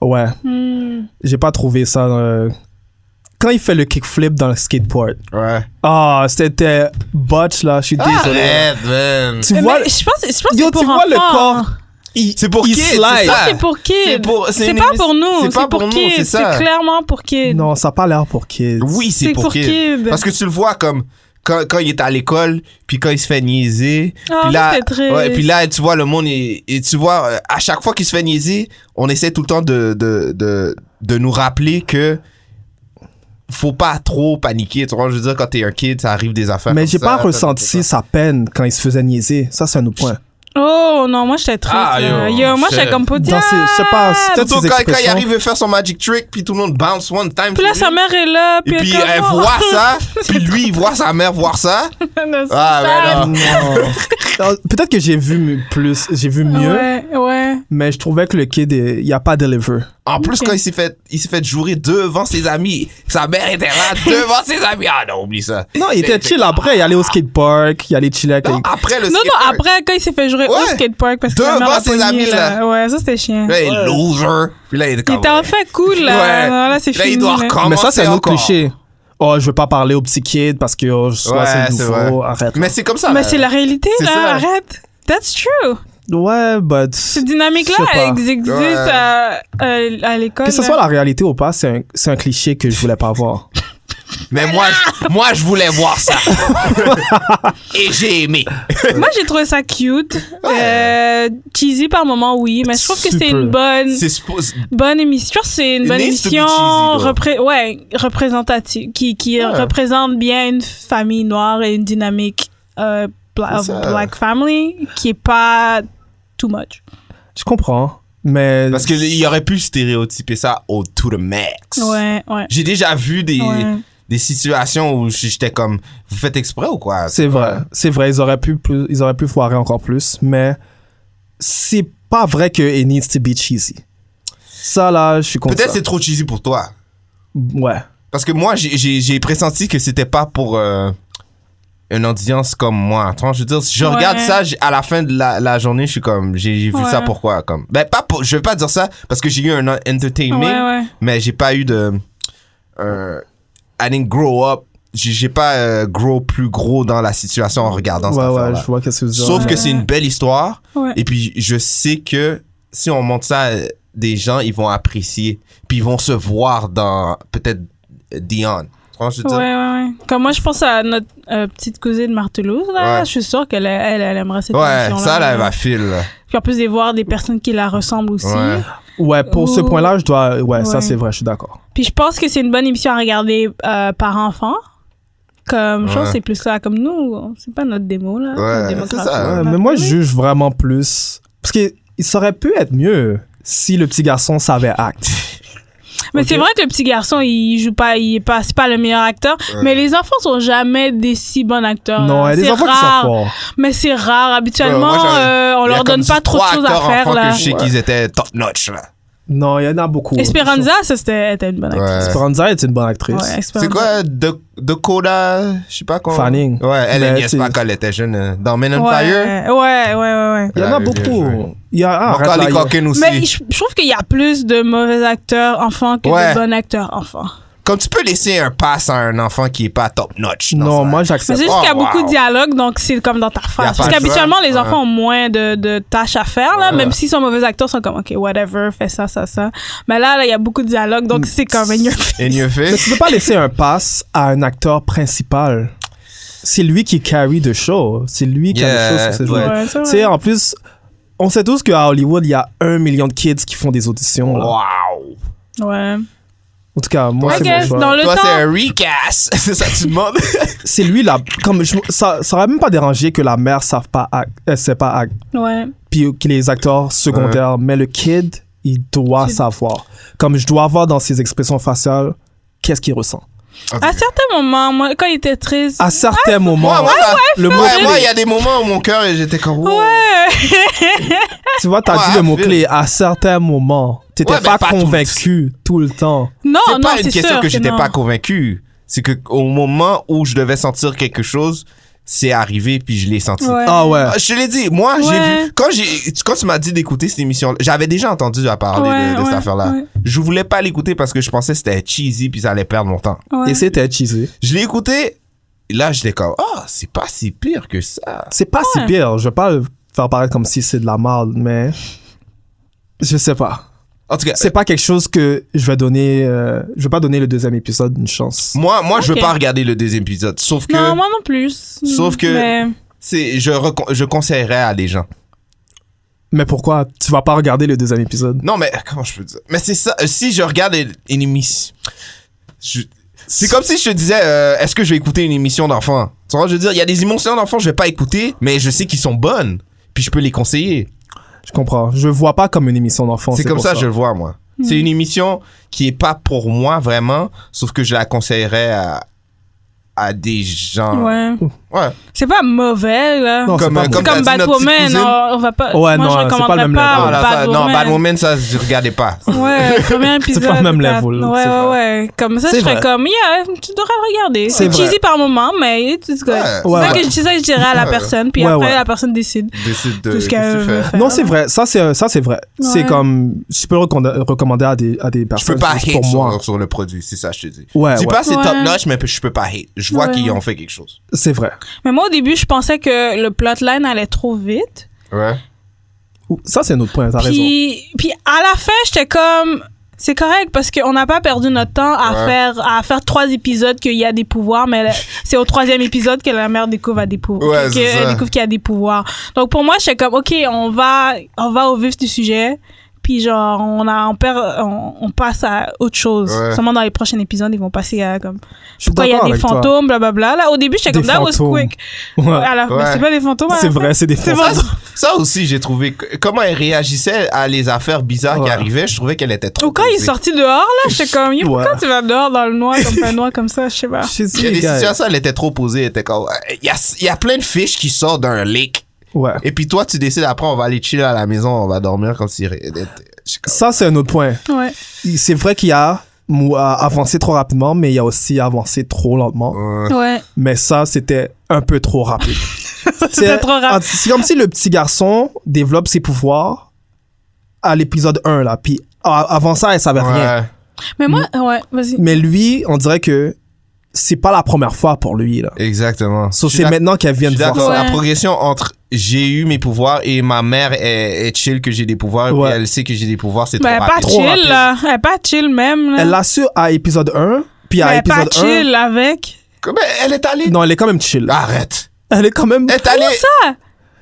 ouais,
Hmm.
j'ai pas trouvé ça. euh, Quand il fait le kickflip dans le skateboard,
Ouais.
ah, c'était botch là, je suis
Ah,
désolé.
Arrête, man.
Tu
Mais
vois,
je pense, je pense que
yo,
c'est pour
tu vois le
enfants.
corps, il,
C'est pour
il
kids, c'est
slide.
ça.
C'est pour qui
C'est pour- c'est
C'est
une
pas
émission-
pour nous.
c'est pas
C'est
pour
pour
nous,
qui
c'est ça.
C'est clairement pour qui
Non, ça a pas l'air pour kids.
Oui, c'est pour,
qui
kid. Parce que tu le vois comme. Quand, quand il est à l'école, puis quand il se fait niaiser,
Ah,
puis
ça,
là,
c'est triste.
ouais, puis là, tu vois le monde est- et tu vois euh, à chaque fois qu'il se fait niaiser, on essaie tout le temps de de, de, de nous rappeler que faut pas trop paniquer. Tu vois, je veux dire quand t'es un kid, ça arrive des affaires.
Mais
comme
j'ai
ça,
pas
ça,
ressenti
ça, ça.
sa peine quand il se faisait niaiser. Ça, c'est un autre point.
Oh non, moi j'étais triste.
Ah,
là.
yo,
Yo, moi
c'est-
j'étais comme pour
Dans ses- je sais pas, c'est peut-être
Surtout
ses
Oh, quand, quand il
expressions.
arrive à faire son magic trick, puis tout le monde bounce one time.
Puis là,
sur
sa
lui.
mère est là. Puis,
Et puis
est comme,
elle
oh.
voit ça, puis lui, il voit sa mère voir ça.
Non, c'est
Ah, ben
ça.
Non. Non, Peut-être que j'ai vu m- plus, j'ai vu mieux,
Ouais, ouais.
mais je trouvais que le kid, il n'y a pas deliver.
En plus, quand il s'est fait, il s'est fait jouer devant ses amis, sa mère était là devant ses amis. Ah non, oublie ça.
Non, il était chill après. Il allait au skatepark, il allait chiller avec
Non,
les-
après le
Non, non,
skater,
après, quand il s'est fait jouer au
Ouais.
skatepark parce que
Devant
sa mère l'a
ses
pogné,
amis, là.
Ouais, ça c'était chiant.
Là, il est loser. Puis là, il est
Il
comme.
était en fait cool là.
Ouais.
Non, là, c'est
Là,
fini.
il doit
là.
recommencer.
Mais ça, c'est un autre
encore.
cliché. Oh, je veux pas parler au petit kid parce que oh, je suis
Ouais,
assez
c'est
nouveau. Arrête.
Mais c'est comme ça.
Mais
là.
c'est la réalité
C'est
là.
ça.
Arrête. That's true.
Ouais, but.
Cette dynamique là,
Je sais pas.
elle existe
Ouais.
à, à- à l'école.
Que ce
là.
soit la réalité ou pas, c'est un, c'est un cliché que je voulais pas voir.
Mais moi, je- moi, je voulais voir ça. Et j'ai aimé. Euh,
Moi, j'ai trouvé ça cute. Euh, cheesy par moment, oui, mais je trouve que c'est
Super.
une bonne,
C'est suppose.
bonne émission. C'est une
It
bonne
needs to be
émission
cheesy, though.
repré- ouais, représentative, qui, qui
Ouais.
représente bien une famille noire et une dynamique euh, bla-
C'est ça.
black family qui est pas too much.
Je comprends, mais.
Parce qu'il aurait pu stéréotyper ça au to the max.
Ouais, ouais.
J'ai déjà vu des,
Ouais.
des situations où j'étais comme, vous faites exprès ou quoi?
C'est vrai, c'est vrai, ils auraient, pu plus- ils auraient pu foirer encore plus, mais c'est pas vrai que it needs to be cheesy. Ça, là, je suis content.
Peut-être c'est trop cheesy pour toi.
Ouais.
Parce que moi, j'ai- j'ai j'ai pressenti que c'était pas pour euh, une audience comme moi. Tu vois, je veux dire, si je
Ouais.
regarde ça, j'ai- à la fin de la, la journée, je suis comme, j'ai j'ai vu
Ouais.
ça pourquoi? Comme, ben, pas pour, je vais pas dire ça parce que j'ai eu un entertainment,
Ouais, ouais.
mais j'ai pas eu de. euh, I didn't grow up. J'ai j'ai pas euh, grow plus gros dans la situation en regardant
ouais,
ça.
ouais, je vois qu'est-ce que vous dites.
Sauf
Ouais.
que c'est une belle histoire.
Ouais.
Et puis, je sais que si on montre ça à euh, des gens, ils vont apprécier. Puis, ils vont se voir dans peut-être euh, Dion. Tu vois ce que je veux
Ouais,
dire?
ouais, ouais. Comme moi, je pense à notre euh, petite cousine Martelouze, là.
Ouais.
Je suis sûre qu'elle elle, elle aimerait cette
Ouais,
émission-là.
ça, là, elle va filer. là.
Puis en plus de voir des personnes qui la ressemblent aussi.
Ouais.
Ouais, pour ce
Ouh.
point-là, je dois. ouais, ça,
Ouais.
c'est vrai, je suis d'accord.
Puis je pense que c'est une bonne émission à regarder euh, par enfant. Comme, je pense
Ouais.
que c'est plus ça. Comme nous, c'est pas notre démo, là.
Ouais,
notre
c'est
démographie.
ça.
Ouais,
Euh,
mais moi, je juge vraiment plus. Parce qu'il il aurait pu être mieux si le petit garçon savait acte.
Mais
Ok.
c'est vrai que le petit garçon, il joue pas, il est pas, c'est pas le meilleur acteur. Mais les enfants sont jamais des si bons acteurs.
non,
là.
il y a des
C'est
enfants
rare.
qui sont forts.
Mais c'est rare. Habituellement,
Ouais, moi, j'avais-
euh,
Il y
on
a
leur
comme
donne pas trop de
trois
choses à
acteurs
faire,
enfants
là.
que je sais qu'ils étaient top notch, là.
Non, il y en a beaucoup.
Esperanza, ça, c'était était une bonne actrice.
Ouais.
Esperanza est une bonne actrice.
Ouais,
C'est
Esperanza.
quoi, de, Dakota, je sais pas quoi.
Fanning.
Ouais, elle
Mais
est
c'est-
pas quand elle était jeune. euh, Dans Men on Fire.
Ouais, ouais, ouais, ouais. ouais.
Il y en a
Ouais, bien joué.
beaucoup. Il y a. ah, arrête,
Macaulay
là, il y a-
Culkin aussi.
Mais je, je trouve qu'il y a plus de mauvais acteurs enfants que
Ouais.
de bons acteurs enfants.
Comme tu peux laisser un pass à un enfant qui est pas top notch. dans
Non,
ça.
moi,
Mais
j'accepte.
c'est juste
Oh,
qu'il y a
wow.
beaucoup de dialogues, donc c'est comme dans ta
Y a
face.
pas
Parce
de
qu'habituellement,
choix.
les enfants
Ouais.
ont moins de, de tâches à faire, là,
Ouais.
même s'ils sont mauvais acteurs, ils sont comme, OK, whatever, fais ça, ça, ça. Mais là, là, il y a beaucoup de dialogues, donc
Mm.
c'est comme, in your face.
In your
Mais
face.
tu peux pas laisser un pass à un acteur principal. c'est lui qui carry the show. C'est lui qui a le show
Yeah,
sur ses
ouais.
jouets.
Ouais, c'est
Tu
vrai.
sais, en plus, on sait tous qu'à Hollywood, il y a un million de kids qui font des auditions. Là.
Wow!
Ouais.
En tout cas, moi,
I
c'est mon
guess
choix.
dans le
Toi, c'est
temps.
un recast! c'est ça que tu demandes?
C'est lui, là. Comme je- ça, ça aurait même pas dérangé que la mère savent pas act- elle sait pas act-
Ouais.
puis que les acteurs secondaires. Mais le kid, il doit
Tu-
savoir. Comme je dois voir dans ses expressions faciales, qu'est-ce qu'il ressent.
À certains moments, moi, quand il était triste.
Ah,
À certains moments,
moi,
le mot
Ouais, moi, il y a des moments où mon cœur, j'étais comme. wow.
Ouais. Oh,
tu vois, t'as
Ouais,
dit le
I
mot
feel.
clé à certains moments. T'étais
Ouais, mais
pas,
pas tout le-
convaincu tout le temps.
Non,
C'est
non,
pas une
c'est
question
sûr
que j'étais
non.
pas convaincu. C'est que au moment où je devais sentir quelque chose, c'est arrivé puis je l'ai senti.
Ouais.
Ah ouais.
Ah, Je te l'ai dit, moi, j'ai
Ouais.
vu. Quand, j'ai, tu- quand tu m'as dit d'écouter cette émission, j'avais déjà entendu à parler de-
Ouais,
de, cette
ouais,
affaire-là.
ouais.
Je voulais pas l'écouter parce que je pensais que c'était cheesy puis ça allait perdre mon temps.
Ouais.
Et c'était cheesé.
Je l'ai écouté, et là, j'étais comme, ah, c'est pas si pire que ça.
C'est pas si
Ouais.
pire. Je vais pas le faire paraître comme si c'est de la merde, mais je sais pas.
En tout cas,
C'est pas quelque chose que je vais donner. euh, je vais pas donner le deuxième épisode une chance.
moi, moi je veux
Ok.
pas regarder le deuxième épisode. Sauf que
Non, moi non plus.
Sauf que-
Mais-
c'est, je, recon- je conseillerais à des gens.
Mais pourquoi tu vas pas regarder le deuxième épisode
Non, mais comment je peux dire? Mais c'est ça. euh, Si je regarde une, une émission. je- C'est comme si je te disais, euh, est-ce que je vais écouter une émission d'enfants? Tu vois, je veux dire, il y a des émissions d'enfants, je vais pas écouter, mais je sais qu'ils sont bonnes. Puis je peux les conseiller.
Je comprends. Je vois pas comme une émission d'enfant.
C'est comme
pour
ça, je le vois, moi. C'est
Hmm.
une émission qui est pas pour moi vraiment, sauf que je la conseillerais à, à des gens.
Ouais.
Ah. Ouais.
C'est pas mauvais, là.
Non, c'est
Comme,
pas
euh,
bon.
comme,
C'est comme
t'as dit, notre petite
Batwoman,
cousine.
on, on va pas.
Ouais,
moi,
non,
je
c'est
recommanderais
pas le même
pas
level.
Voilà, ça- Oh non,
Batwoman.
Batwoman, ça, je regardais pas.
Ouais, premier épisode.
pas le même
Bat-
level,
Ouais,
c'est
ouais,
vrai.
ouais. Comme ça,
C'est
je serais
vrai.
comme, yeah, tu devrais le regarder.
C'est
C'est
vrai.
cheesy par moment, mais it's good.
Ouais.
C'est
Ouais,
ça
ouais.
que je- c'est ça que je dirais à la
Ouais.
personne, puis
Ouais,
après,
ouais.
la personne décide
Décide de.
tout ce qu'elle
qu'est-ce que tu
veut
fais?
faire.
Non, c'est vrai. Ça, c'est euh, ça, c'est vrai. C'est
Ouais.
comme je peux recommander recommander à des à des
Je peux
personnes.
pas
juste
hate
pour moi.
Sur, sur le produit, c'est ça, je te dis.
Ouais,
Je dis
ouais.
pas c'est
Ouais.
top notch, mais je peux pas hate. Je vois
Ouais.
qu'ils ont fait quelque chose.
C'est vrai.
Mais moi, au début, je pensais que le plotline allait trop vite.
Ouais.
Ouh, Ça, c'est notre point. T'as raison.
Puis, puis à la fin, j'étais comme. C'est correct parce qu'on n'a pas perdu notre temps à,
Ouais.
faire, à faire trois épisodes qu'il y a des pouvoirs, mais la- c'est au troisième épisode que la mère découvre, à des pou-
Ouais,
que-
c'est ça.
qu'elle découvre qu'il y a des pouvoirs. Donc pour moi, j'étais comme, OK, on va, on va au vif du sujet, puis genre, on, a, on, perd, on, on passe à autre chose.
Ouais.
Seulement dans les prochains épisodes, ils vont passer à comme.
Je suis
Quand il y a
d'accord
des
avec toi.
fantômes, blablabla. Là, au début, j'étais
Des
comme, that was
fantômes.
quick.
Ouais.
À la- mais
Ouais.
c'est pas des fantômes. à
C'est
la fin.
vrai, c'est des
C'est
fantômes.
vrai.
Ça aussi, j'ai trouvé. que- Comment elle réagissait à les affaires bizarres
Ouais.
qui arrivaient, je trouvais qu'elle était trop.
Ou quand il est
posée.
sorti dehors, là, j'étais comme, Yo, pourquoi
Ouais.
tu vas dehors dans le noir, comme un noir comme ça, je sais pas.
Chez
Il y a
eux,
des
les gars.
situations, elle était trop posée. Elle était comme. Il y a, il y a plein de fiches qui sortent d'un lake.
Ouais.
Et puis toi, tu décides après, on va aller chiller à la maison, on va dormir comme si. je suis comme-
Ça, c'est un autre point.
Ouais.
Il- C'est vrai qu'il y a mou- à- avancé trop rapidement, mais il y a aussi avancé trop lentement.
Ouais.
Ouais.
Mais ça, c'était un peu trop rapide.
C'était trop rapide.
Ah, C'est comme si le petit garçon développe ses pouvoirs à l'épisode 1, là. Puis a- avant ça, elle savait rien.
Ouais.
Mais moi,
Mm.
ouais, vas-y.
Mais lui, on dirait que c'est pas la première fois pour lui, là.
Exactement.
So,
Je suis
c'est
d'ac-
maintenant qu'elle
Je
vient
suis
de voir
d'accord.
ça.
La
Ouais.
progression entre j'ai eu mes pouvoirs et ma mère est, est chill que j'ai des pouvoirs,
Ouais.
et elle sait que j'ai des pouvoirs, c'est
Ben, elle est
trop rapide.
pas
trop rapide.
chill, là. Elle est pas chill, même, là.
Elle l'a su à épisode 1, puis
Mais
à
elle est pas
épisode 1.
chill avec.
Comment elle est allée
Non, elle est quand même chill.
Arrête.
Elle est quand même.
Ah. Elle est allée.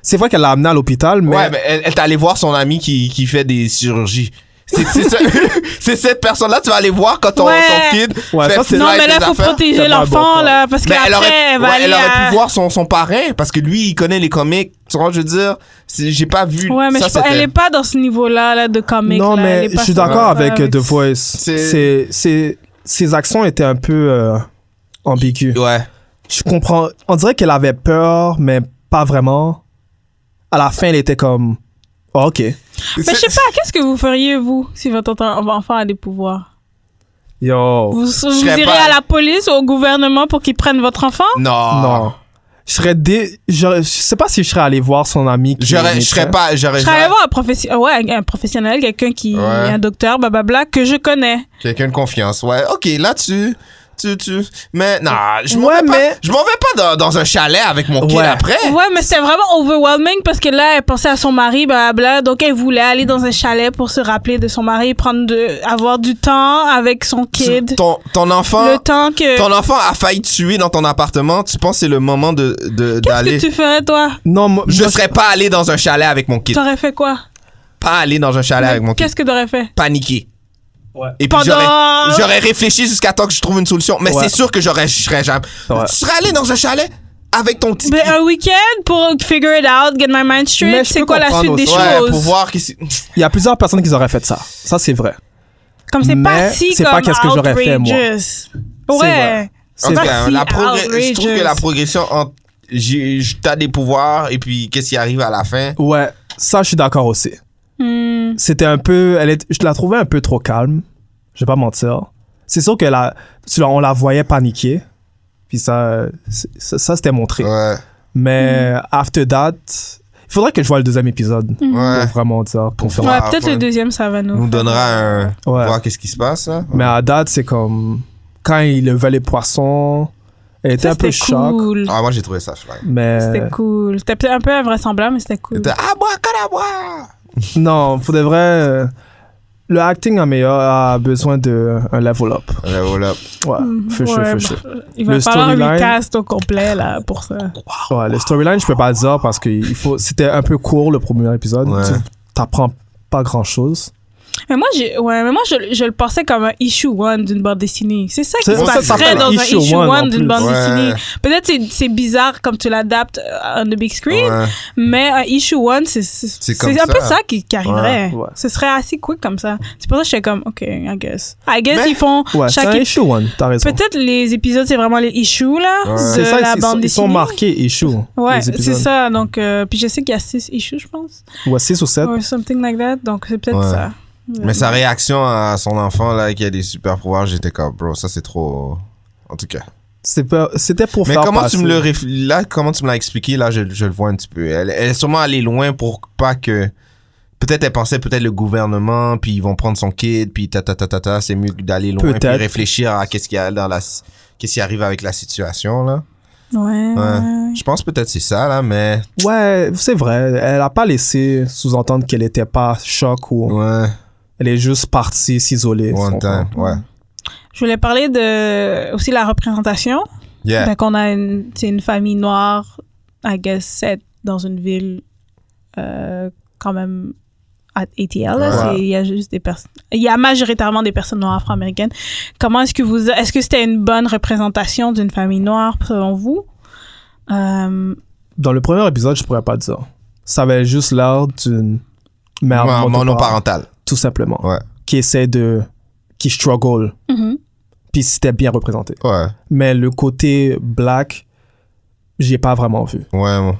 C'est vrai qu'elle l'a amené à l'hôpital, mais.
Ouais, mais elle, elle est allée voir son ami qui, qui fait des chirurgies. C'est c'est ça- c'est cette personne-là tu vas aller voir quand ton,
Ouais.
ton kid
Ouais,
fait
ça, c'est-
fly
Non, mais là,
des
faut
affaires.
protéger
T'as pas un
l'enfant,
bon
là, parce
Mais elle
qu'après,
aurait,
elle va
ouais,
aller
elle aurait
à-
pu voir son, son parrain parce que lui, il connaît les comics. Tu vois, je veux dire, c'est- j'ai pas vu.
Ouais, mais
ça,
je sais pas, elle
c'était-
est pas dans ce niveau-là, là, de comic.
non,
là. Elle
mais
est pas hein.
je suis
sur-
d'accord
ouais,
avec euh, The Voice. C'est, c'est, ses actions étaient un peu euh, ambiguës.
Ouais.
Je comprends. On dirait qu'elle avait peur, mais pas vraiment. À la fin, elle était comme. Ah, ok.
Mais je sais pas, qu'est-ce que vous feriez, vous, si votre enfant- enfant a des pouvoirs?
Yo.
Vous, vous
serais
irez
pas-
à la police ou au gouvernement pour qu'ils prennent votre enfant?
Non.
Non. Je serais dé... j'aurais- Je sais pas si je serais allé voir son ami. qui
J'aurais-
est
Je serais
médecin.
pas. J'aurais
Je
j'aurais-
travaille voir un, professi- euh, ouais, un professionnel, quelqu'un qui
Ouais.
un docteur, blablabla, que je connais.
Quelqu'un de confiance, ouais. Ok, là, tu, Tu, tu. Mais non, je m'en
Ouais,
vais,
mais-
pas- je m'en vais pas dans, dans un chalet avec mon kid
Ouais.
après.
Ouais, mais c'était vraiment overwhelming parce que là, elle pensait à son mari, blablabla. Donc, elle voulait aller dans un chalet pour se rappeler de son mari, prendre de, avoir du temps avec son
Tu-
kid.
Ton, ton enfant,
le temps que.
ton enfant a failli te tuer dans ton appartement. Tu penses que c'est le moment de, de- d'aller.
Qu'est-ce que tu ferais, toi?
Non, moi,
Je
moi,
serais pas allé dans un chalet avec mon kid.
T'aurais fait quoi?
Pas allé dans un chalet avec mon kid.
Qu'est-ce que t'aurais fait?
Paniqué.
Ouais.
Et puis
Pendant-
j'aurais, j'aurais réfléchi jusqu'à temps que je trouve une solution. Mais
Ouais.
c'est sûr que j'aurais, je serais jamais.
Ouais.
Tu serais allé dans un chalet avec ton petit.
Ben,
kid.
un week-end pour figure it out, get my mind
Mais
straight.
je
C'est
peux
quoi la suite
comprendre
des
aussi.
ouais,
choses?
pour voir qu'est-ce que
Il y a plusieurs personnes qui auraient fait ça. Ça, c'est vrai.
Comme c'est pas
Mais
si
c'est
comme
pas qu'est-ce que j'aurais fait, moi.
outrageous. Ouais.
vrai.
En
C'est
tout
vrai.
cas,
si
la progr- je trouve
outrageous.
que la progression entre j'ai- j'- t'as des pouvoirs et puis qu'est-ce qui arrive à la fin.
Ouais, ça, je suis d'accord aussi.
Hmm.
C'était un peu. Elle est, je la trouvais un peu trop calme. Je vais pas mentir. C'est sûr que la, tu la- on la voyait paniquer. Puis ça, euh, c'est- ça, ça, c'était montré.
Ouais.
Mais
Mm.
after that, il faudrait que je voie le deuxième épisode
Ouais.
pour vraiment dire confirmer.
Ouais,
Ah,
peut-être
ouais.
le deuxième, ça va nous.
Nous donnera un.
Ouais.
Voir qu'est-ce qui se passe Ah, là.
Mais à date, c'est comme quand il levait les poissons, elle était
Ça,
un peu
c'était
choc. Euh,
cool.
Ah, moi j'ai trouvé ça flag.
Mais
C'était cool. C'était peut-être un peu invraisemblable, mais c'était cool.
T'as- Ah, bois, calabra!
non, pour de vrai, euh, le acting en meilleur a besoin d'un level up.
Ouais, voilà.
Ouais, for sure,
Ouais,
for
bah,
sure.
Il va
Le
falloir
storyline-
un recast au complet là, pour ça. bah.
Ouais, le storyline, je peux pas le dire parce que il faut, c'était un peu court le premier épisode.
Ouais.
Tu t'apprends pas grand chose.
Mais moi, j'ai- ouais, mais moi je, je le pensais comme un issue one d'une bande dessinée. C'est ça qui
C'est-
se
ça
passerait
s'appelle
dans un
issue
issue
one,
one,
en plus.
d'une bande
Ouais.
dessinée. Peut-être c'est c'est bizarre comme tu l'adaptes euh, on the big screen,
Ouais.
mais un issue one, c'est c'est-
C'est comme
c'est un
ça.
peu ça qui, qui arriverait.
Ouais.
Ce serait assez quick comme ça. C'est pour ça que je suis comme, OK, I guess. I guess
Mais-
ils font
Ouais, c'est
chaque
un
ép-
issue one, t'as raison.
Peut-être les épisodes, c'est vraiment les issues, là,
Ouais.
de
C'est ça,
la
ils,
bande
sont, ils sont
dessinée.
marqués issue.
Ouais,
les
c'est
épisodes.
ça. Donc, euh, puis je sais qu'il y a six issues, je pense.
Ouais, 6 ou 7.
Or something like that. Donc, c'est peut-être
Ouais.
ça.
Mais sa réaction à son enfant là, qui a des super pouvoirs, j'étais comme, bro, ça c'est trop. En tout cas.
C'était pour
Mais
faire
comment
passer.
tu me le réf- là comment tu me l'as expliqué là je, je le vois un petit peu elle, elle est sûrement allée loin pour pas que peut-être elle pensait peut-être le gouvernement puis ils vont prendre son kid puis ta ta ta ta ta c'est mieux que d'aller loin puis
Peut-être.
réfléchir à qu'est-ce qu'il y a dans la qu'est-ce qui arrive avec la situation là
Ouais.
Ouais. je pense peut-être c'est ça là mais
Ouais, c'est vrai. Elle a pas laissé sous-entendre qu'elle était pas choc ou
ouais
elle est juste partie s'isoler.
one
son-
time ouais
Je voulais parler de aussi la représentation.
Ben,
yeah
Donc, on a une, c'est une famille noire, I guess, set dans une ville euh, quand même à ATL. là.
Ouais.
C'est- Il y a juste des personnes. Il y a majoritairement des personnes noires afro-américaines. Comment est-ce que vous. Est-ce que c'était une bonne représentation d'une famille noire selon vous? Euh,
Dans le premier épisode, je pourrais pas dire. Ça avait juste l'air d'une mère
Ouais,
monoparentale,
monoparental
tout simplement,
ouais
qui essaie de... qui struggle.
mhm.
Puis c'était bien représenté.
ouais
Mais le côté black, j'ai pas vraiment vu.
ouais ouais.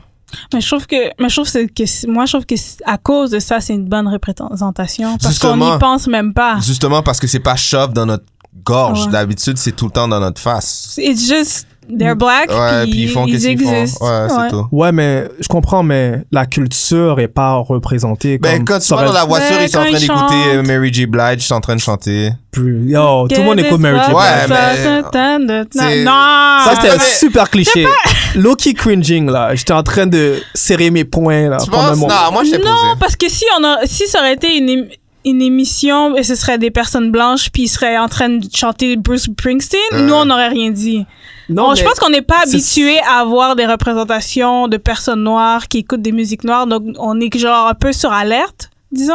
Mais je trouve que, mais je trouve c'est que c'est- moi je trouve que c'est- à cause de ça c'est une bonne représentation parce qu'on
Justement.
n'y pense même
Ah.
pas.
justement parce que c'est pas chauve dans notre gorge
Ouais.
d'habitude c'est tout le temps dans notre face
It's just they're black
ouais
puis,
puis ils font
ils
qu'est-ce qu'ils font ouais
existent.
c'est tout
Ouais, mais je comprends, mais la culture est pas représentée comme
Ben, quand tu
ça
vas
aurait
dans la
dû-
voiture,
Ouais,
ils sont en
quand
train
ils
d'écouter euh,
chantent.
Mary J. Blige, ils sont en train de chanter.
Plus- Yo, tout le monde
Get
écoute
this
Mary J.
fuck
Ouais,
Blige.
up,
mais-
dun, dun, dun, dun.
C'est-
Ah. Non.
Ça, c'était
mais-
super cliché. Loki cringing, là. J'étais en train de serrer mes poings, là.
Tu
pendant
penses?
mon-
Non, moi, je t'ai
Non,
posé.
parce que si on a, si ça aurait été une, ém- une émission et ce serait des personnes blanches puis ils seraient en train de chanter Bruce Springsteen,
Ouais.
nous on n'aurait rien dit.
Non,
Bon, je
mais-
pense qu'on n'est pas
c'est-
habitué à avoir des représentations de personnes noires qui écoutent des musiques noires, donc on est genre un peu sur alerte, disons.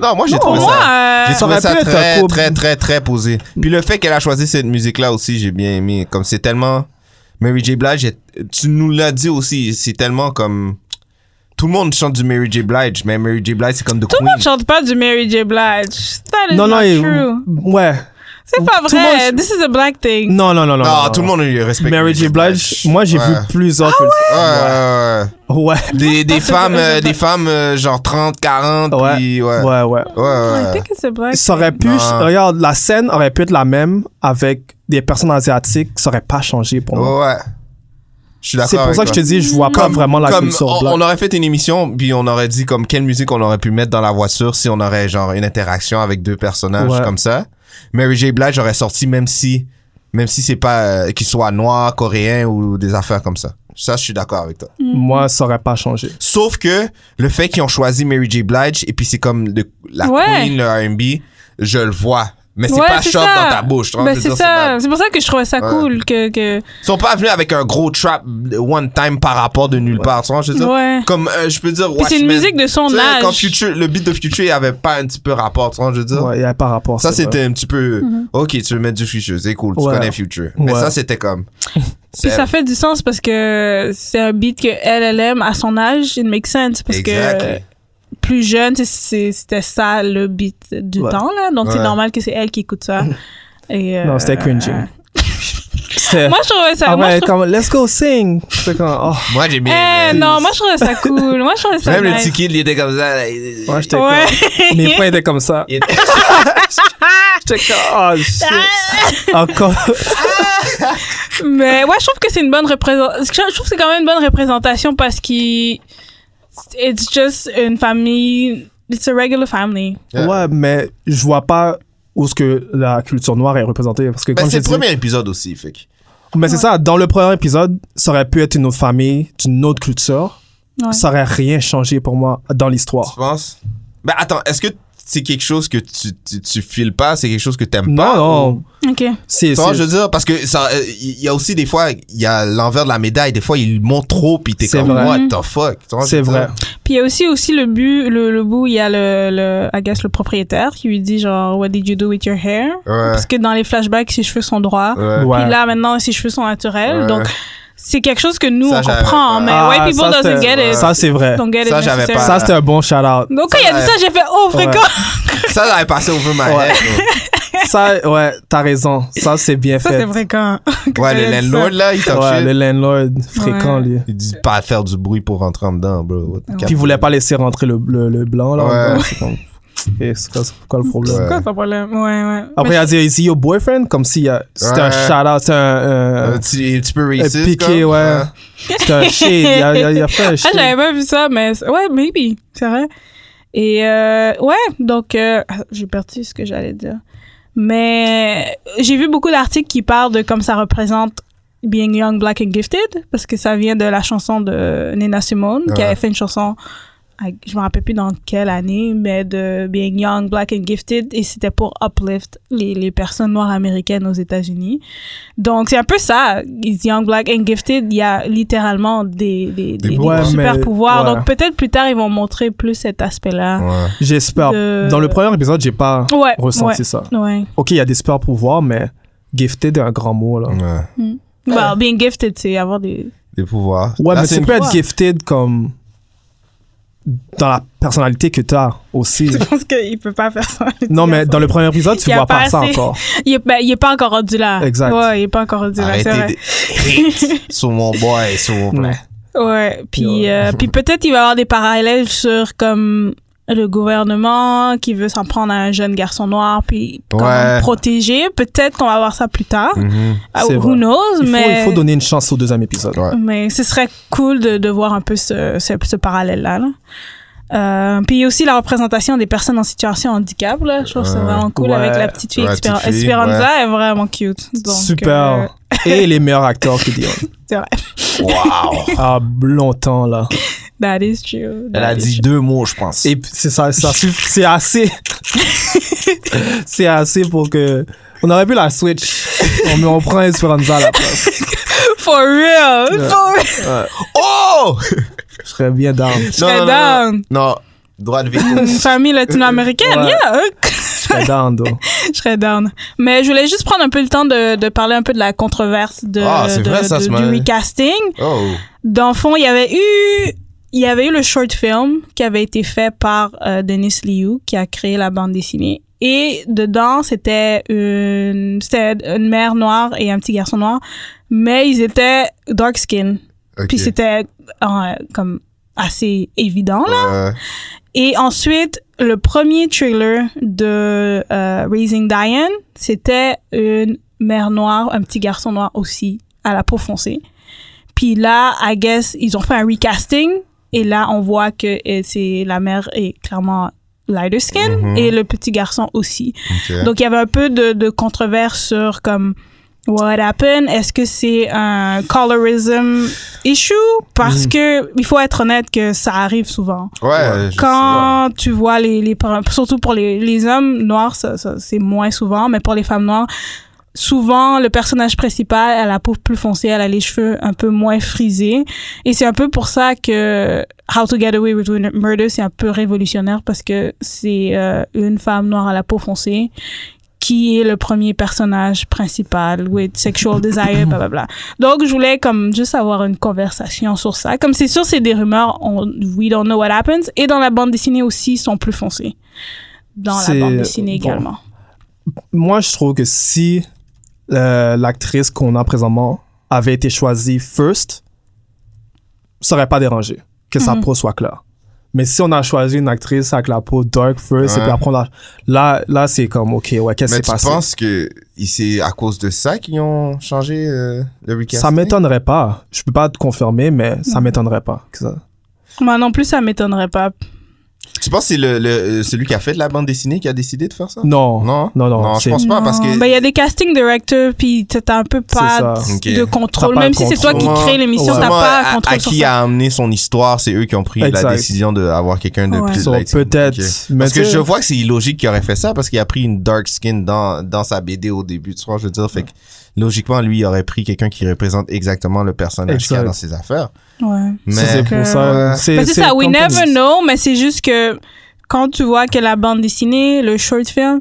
Non, moi, j'ai
Non,
trouvé
Pour moi,
ça.
euh,
J'ai
Ça
trouvé
aurait
ça
pu être un
très,
couple.
très, très, très posé. Puis le fait qu'elle a choisi cette musique-là aussi, j'ai bien aimé. Comme c'est tellement. Mary J. Blige, est- tu nous l'as dit aussi, c'est tellement comme. Tout le monde chante du Mary J. Blige, mais Mary J. Blige, c'est comme The
tout le
Queen.
monde chante pas du Mary J. Blige. That is
Non, non,
not
et-
true.
ouais.
C'est pas
tout le
vrai.
monde-
This is a black thing.
Non, non, non,
Non,
non. non,
Ah, tout le
non.
monde respecte.
Mary J. Blige, moi, j'ai
Ouais.
vu plusieurs cultures.
Ouais,
Ah
ouais, ouais.
Ouais.
Des, des
Parce que-
femmes, euh, des femmes euh, genre 30, 40,
Ouais.
puis ouais. Ouais,
Ouais, ouais.
I
ouais.
think it's a black
Ça aurait pu,
Non.
regarde, la scène aurait pu être la même avec des personnes asiatiques, ça aurait pas changé pour moi.
Ouais, ouais. Je Oh, suis d'accord.
C'est pour
avec
ça que je
toi.
te dis, je vois pas
Comme-
vraiment la
comme
culture
on,
black.
on aurait fait une émission, puis on aurait dit comme quelle musique on aurait pu mettre dans la voiture si on aurait genre une interaction avec deux personnages
Ouais.
comme ça. Mary J. Blige aurait sorti même si Même si c'est pas euh, qu'ils soient noirs, coréens ou des affaires comme ça. Ça, je suis d'accord avec toi.
Moi, ça aurait pas changé.
Sauf que le fait qu'ils ont choisi Mary J. Blige et puis c'est comme le- la
Ouais.
queen, le R&B, je le vois. Mais c'est
Ouais,
pas
c'est
choc
ça.
dans ta bouche. tu vois,
Ben,
je veux
c'est
dire,
ça.
pas-
C'est pour ça que je trouvais ça
Ouais.
cool. Que, que...
Ils sont pas venus avec un gros trap one time par rapport de nulle part. Tu vois, je veux dire.
Ouais.
Comme euh, je peux dire
Puis c'est une
Watchmen.
musique de son
Tu sais,
âge.
Quand Future, le beat de Future, il avait pas un petit peu rapport, tu vois, je veux dire.
Ouais, il y avait pas rapport.
Ça,
c'est vrai.
c'était un petit peu.
Mhm.
Ok, tu veux mettre du Future, c'est cool, tu
Ouais.
connais Future. Mais
Ouais.
ça, c'était comme.
Puis ça fait du sens parce que c'est un beat que elle, elle aime à son âge. It makes sense parce
Exactly.
que plus jeune, c'est- c'est- c'était ça le beat du
Ouais.
temps. là. Donc c'est
Ouais.
normal que c'est elle qui écoute ça. Et, euh,
Non, c'était cringing. C'était-
Moi, je trouvais ça.
Ah
moi, je
ouais,
trouvais-
comme, let's go sing. C'était comme, oh.
Moi, j'ai
Eh,
bien. aimé.
non, moi, je trouvais ça cool. Moi, je trouvais ça
Même le
nice.
ticket, il était comme ça. là, il- Ben,
Ouais, j'étais
Ouais.
comme, mes points étaient comme ça.
il était-
J'étais comme, oh shit.
Ah!
Encore.
Mais ouais, je trouve que c'est une bonne représentation. Je trouve que c'est quand même une bonne représentation parce qu'il. It's just une famille. It's a regular family.
Yeah.
Ouais, mais je vois pas où ce que la culture noire est représentée. Parce que,
Ben,
comme
c'est
j'ai
le
dit.
premier épisode aussi, fait que.
Mais c'est ça, dans le premier épisode, ça aurait pu être une autre famille, d'une autre culture.
Ouais.
Ça aurait rien changé pour moi dans
Tu
l'histoire.
penses? Ben, attends, est-ce que c'est quelque chose que tu, tu, tu files pas? C'est quelque chose que t'aimes pas?
Non, non.
Ok.
Tu
C'est.
vois,
c'est-
je veux dire, parce que ça, euh, il y a aussi des fois, il y a l'envers de la médaille. Des fois, ils montrent trop, puis t'es
C'est
comme,
vrai.
what the fuck? Tu vois, je
C'est
veux dire,
vrai.
Puis il y a aussi, aussi le but, le, le bout, il y a le, le, I guess, le propriétaire qui lui dit genre, What did you do with your hair?
Ouais.
Parce que dans les flashbacks, ses cheveux sont droits.
Ouais.
Ouais.
Puis là, maintenant, ses cheveux sont naturels.
Ouais. Donc,
Donc, c'est quelque chose que nous,
Ça,
on
j'avais
comprend.
pas.
Mais
Ah,
white people
ça,
doesn't
c'était-
get it.
Ça, c'est vrai.
Don't get it
Ça, j'avais pas.
necessarily.
Ça, c'était un bon shout-out.
Donc, quand il a dit
Ouais.
ça, j'ai fait, oh,
Ouais.
fréquent!
ça, j'avais passé au feu ma
Ouais.
tête, ouais.
Ça, ouais, t'as raison. Ça, c'est bien
Ça,
fait.
c'est fréquent. Quand
Ouais,
il
le
a dit ça.
landlord, là, il talk
Ouais,
shit.
le landlord fréquent,
Ouais.
lui.
Il dit pas faire du bruit pour rentrer en dedans, bro. What the
Puis il voulait pas laisser rentrer le, le, le blanc, là.
Ouais.
Donc, c'est comme, Ok, c'est quoi, c'est quoi le problème?
Ouais.
Quoi, ton problème? Ouais, ouais.
Après, il
Mais-
a dit, is he your boyfriend? Comme si euh, c'était un
Ouais.
shout-out, c'était un, euh,
Un petit, un petit peu
un
raciste.
piqué,
comme.
ouais. C'était un shade. Il a, il a- il a fait un
ah,
shade.
j'avais pas vu ça, mais c'est- ouais, maybe. C'est vrai. Et euh, ouais, donc, euh, ah, j'ai perdu ce que j'allais dire. Mais j'ai vu beaucoup d'articles qui parlent de comme ça représente Being Young, Black and Gifted, parce que ça vient de la chanson de Nina Simone, qui
Ouais.
avait fait une chanson, à- je me rappelle plus dans quelle année, mais de Being Young, Black and Gifted, et c'était pour uplift les, les personnes noires américaines aux États-Unis. Donc c'est un peu ça, Is Young, Black and Gifted, il y a littéralement des, des, des- des
pouvoirs.
super
Ouais, mais-
pouvoirs.
ouais.
Donc peut-être plus tard, ils vont montrer plus cet aspect-là.
Ouais.
J'espère.
de-
Dans le premier épisode, j'ai pas
Ouais,
ressenti
ouais.
ça.
Ouais.
Ok, il y a des super pouvoirs, mais gifted est un grand mot, là.
Ouais.
Well, being gifted, c'est avoir des...
Des pouvoirs.
Ouais,
Là,
mais
c'est
tu
une-
peux être gifted comme dans la personnalité que t'as aussi.
Je pense qu'il peut pas faire ça.
non, mais dans le premier épisode, tu
Il y a
vois
pas
pas ça
assez.
encore.
Il est, ben, il est pas encore rendu là.
Exact.
Ouais, il est pas encore rendu là, c'est vrai.
Arrêtez de hate sur mon boy, sur mon
Ouais.
black.
Ouais, puis
Ouais.
euh, puis peut-être il va y avoir des parallèles sur comme le gouvernement qui veut s'en prendre à un jeune garçon noir puis comment
Ouais.
le protéger. Peut-être qu'on va voir ça plus tard.
Mhm.
Ah,
Mm. C'est
who
vrai.
knows,
Il faut,
mais
il faut donner une chance au deuxième épisode.
Ouais.
mais ce serait cool de, de voir un peu ce, ce, ce parallèle-là. là. Euh, puis aussi la représentation des personnes en situation de handicap, là, je trouve que c'est
Ouais.
vraiment cool
Ouais.
avec la petite fille,
Ouais, la petite
Esper-
fille,
Esperanza, elle est vraiment cute. Donc, euh,
Super. Et les meilleurs acteurs que Dion.
c'est vrai.
Wow.
Ah, longtemps, là.
That is true.
Elle
That
a
is
dit deux mots, je pense.
Et puis, c'est ça, ça suff- c'est assez. c'est assez pour que. On aurait pu la switch. On, on prend Esperanza à la place.
For real.
Ouais.
For real.
Oh!
Je serais bien down.
Je
serais down.
Non, droit de veto.
Une famille latino-américaine,
Ouais.
yeah.
Je serais down, though.
Je serais down. Mais je voulais juste prendre un peu le temps de, de parler un peu de la controverse de,
Ah, c'est
de-
vrai, ça,
de-
ce
du
matin.
recasting.
Oh.
Dans le fond, il y avait eu il y avait eu le short film qui avait été fait par euh, Dennis Liu qui a créé la bande dessinée. Et dedans, c'était une c'était une mère noire et un petit garçon noir, mais ils étaient dark skin.
ok.
Puis c'était euh, comme assez évident là.
Euh,
Et ensuite, le premier trailer de euh, Raising Diane, c'était une mère noire, un petit garçon noir aussi, à la peau foncée. Puis là, I guess, ils ont fait un recasting. Et là, on voit que euh, c'est la mère est clairement lighter skin
Mhm.
et le petit garçon aussi.
ok.
Donc, il y avait un peu de, de controverse sur comme What happened? Est-ce que c'est un colorism issue? Parce que il faut être honnête que ça arrive souvent.
Ouais, euh, je-
Quand tu vois les, les parents- surtout pour les, les hommes noirs, ça, ça, c'est moins souvent, mais pour les femmes noires, souvent le personnage principal elle a la peau plus foncée, elle a les cheveux un peu moins frisés, et c'est un peu pour ça que How to Get Away with Murder c'est un peu révolutionnaire parce que c'est euh, une femme noire à la peau foncée qui est le premier personnage principal with sexual desire, blablabla. Donc, je voulais comme juste avoir une conversation sur ça. Comme c'est sûr, c'est des rumeurs, on, we don't know what happens. Et dans la bande dessinée aussi, ils sont plus foncés. Dans la
C'est- euh,
bande dessinée
bon.
également.
Moi, je trouve que si euh, l'actrice qu'on a présentement avait été choisie first, ça aurait pas dérangé que
Mhm.
sa peau soit claire. Mais si on a choisi une actrice avec la peau dark first, et
Ouais.
puis après, on l'a- là, là c'est comme, OK, ouais, qu'est-ce
Mais
qui s'est
tu
passé?
penses que i- c'est à cause de ça qu'ils ont changé euh, le recasting?
Ça m'étonnerait pas. Je peux pas te confirmer, mais ça m'étonnerait pas. que ça-
Moi non plus, ça m'étonnerait pas.
Tu penses que c'est le, le, euh, celui qui a fait de la bande dessinée qui a décidé de faire ça?
Non.
Non?
Non, non,
je
c'est-
pense pas parce que...
Ben, il y a des casting directors, puis t'as un peu pas
C'est ça.
Ok.
de contrôle.
T'as pas
Même
le
si c'est toi qui
contrôle.
crée l'émission,
Ouais.
t'as
Sûrement,
pas
à-
contrôle
à,
sur
qui
ça.
a amené son histoire, c'est eux qui ont pris
Exact.
la décision d'avoir quelqu'un de
Ouais.
plus
So,
light.
peut-être,
Ok.
mais
Parce que
tu sais-
je vois que c'est illogique qu'il aurait fait ça parce qu'il a pris une dark skin dans, dans sa BD au début, tu vois, je veux dire. Fait que logiquement, lui, il aurait pris quelqu'un qui représente exactement le personnage qu'il y a
Exact.
dans ses affaires.
Ouais.
Mais
Ça, c'est pour
Ouais.
ça.
Mais c'est ça, we
comme-
never know, mais c'est juste que quand tu vois que la bande dessinée, le short film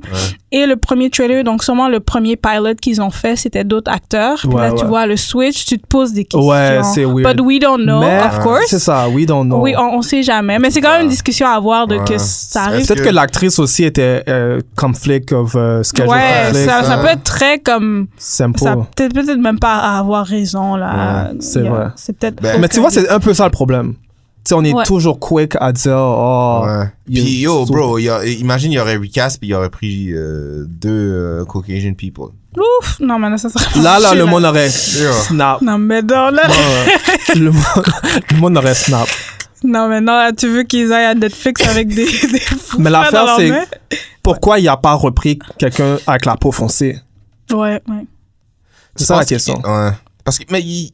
et le premier trailer, donc sûrement le premier pilot qu'ils ont fait, c'était d'autres acteurs. Puis
Ouais,
là, tu
ouais.
vois le switch, tu te poses des questions.
Ouais, c'est weird.
But we don't know,
Mais-
of
C'est
course.
ça, we don't know.
Oui, on, on sait jamais. Mais c'est quand même une discussion à avoir de
Ouais.
que ça arrive.
Est-ce
Peut-être que l'actrice aussi était euh, conflict of euh, schedule
Ouais,
conflict.
ça, ça
ça.
peut être très comme.
Simple.
Ça peut-être peut-être même pas à avoir raison, là.
Oh. c'est
Il y a-
vrai.
C'est peut-être.
Ben-
Mais tu vois, c'est un peu ça le problème. Tu sais, on est
Ouais.
toujours quick à dire, oh,
Ouais.
il y a-
Puis yo, bro, il y a- imagine, il y aurait recast puis il y aurait pris euh, deux euh, Caucasian people.
Ouf! Non, mais là, ça serait.
Là, là,
Je
le
suis
monde aurait
Yeah.
snap.
Non, mais non, là.
Ouais. le, monde, le monde aurait snap.
Non, mais non, là, tu veux qu'ils aillent à Netflix avec des, des fous
Mais
plats dans
l'affaire,
leurs
c'est
mains?
pourquoi il n'y a pas repris quelqu'un avec la peau foncée
Ouais, ouais.
C'est ça la
Parce que-
question.
ouais. Parce que, mais il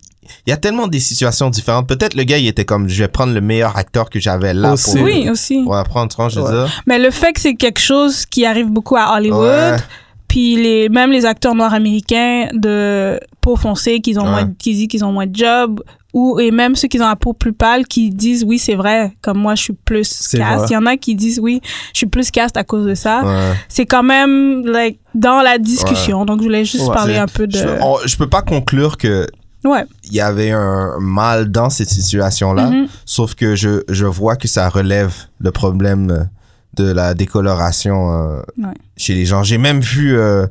il y a tellement des situations différentes. Peut-être le gars, il était comme, je vais prendre le meilleur acteur que j'avais là
Aussi.
pour,
Oui, aussi.
pour apprendre, tu vois, je veux
Ouais.
dire.
Mais le fait que c'est quelque chose qui arrive beaucoup à
Ouais.
Hollywood, puis les, même les acteurs noirs américains de peau foncée qu'ils ont
Ouais.
moins, qui disent qu'ils ont moins de job, ou, et même ceux qui ont la peau plus pâle qui disent oui, c'est vrai, comme moi, je suis plus
C'est
caste.
vrai.
Il y en a qui disent oui, je suis plus caste à cause de ça.
Ouais.
C'est quand même, like, dans la discussion. Donc, je voulais juste
Ouais.
parler
C'est-
un peu de.
Je, on- je peux pas conclure que
Ouais.
il y avait un mal dans cette situation-là,
Mhm.
sauf que je, je vois que ça relève le problème de la décoloration euh,
Ouais.
chez les gens. J'ai même vu, euh,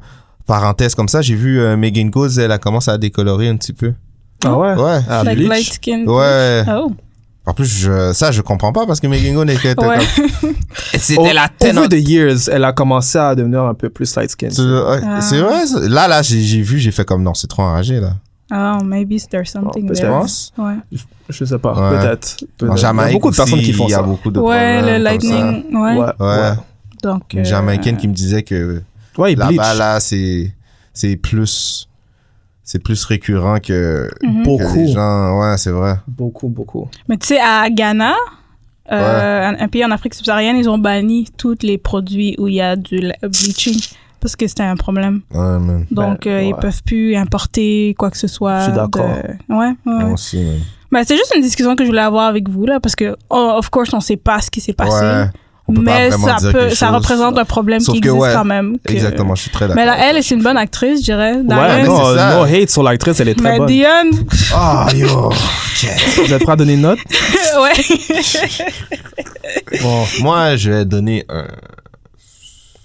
parenthèse comme ça, j'ai vu euh, Megan Goose, elle a commencé à décolorer un petit peu.
Ah ouais?
Ouais.
Ah,
Like,
Bleach?
light skin.
Ouais.
Oh.
En plus, je, ça, je comprends pas parce que Megan Goose était
Ouais.
comme... C'était
Au-
la
Over
tenante.
the years, elle a commencé à devenir un peu plus light skin.
C'est ouais,
Ah.
c'est vrai. ça. Là, là, j'ai j'ai vu, j'ai fait comme non, c'est trop enragé là.
Oh, maybe there's something
Oh,
Tu
there.
penses?
Ouais,
Je sais pas,
Ouais.
peut-être. peut-être.
En
Il y a
Jamaïque,
beaucoup de personnes
aussi,
qui font
il y a
ça.
beaucoup de
ouais
problèmes
le
comme ça.
lightning, ouais.
Ouais.
Donc,
Une
euh,
Jamaïcaine qui me disait que
Ouais, il
là-bas,
bleach.
là, c'est, c'est plus, c'est plus récurrent que,
Mm-hmm.
que
Beaucoup.
les gens. Ouais, c'est vrai.
Beaucoup, beaucoup.
mhm. Mais tu sais, à Ghana, euh, un, un pays en Afrique subsaharienne, ils ont banni tous les produits où il y a du la- bleaching parce que c'était un problème.
Ouais, man.
Donc,
Ben,
euh, ils
ouais.
peuvent plus importer quoi que ce soit.
Je suis d'accord.
de- Ouais, ouais, ouais.
Moi aussi, man.
Mais c'est juste une discussion que je voulais avoir avec vous, là, parce que, oh, of course, on sait pas ce qui s'est passé.
Ouais. On peut pas
mais
vraiment
ça,
dire
peut,
quelque
ça
chose.
représente un problème
Sauf
qui
que,
existe
ouais,
quand même. que-
Exactement, je suis très d'accord.
Mais là, elle, c'est une bonne actrice, je dirais.
ouais,
Diane.
non,
no,
c'est ça.
no hate sur l'actrice, elle est très
mais
bonne.
Diane,
Ah, yo.
Vous êtes prêts à donner une note?
ouais.
Bon,
Moi, je vais donner un.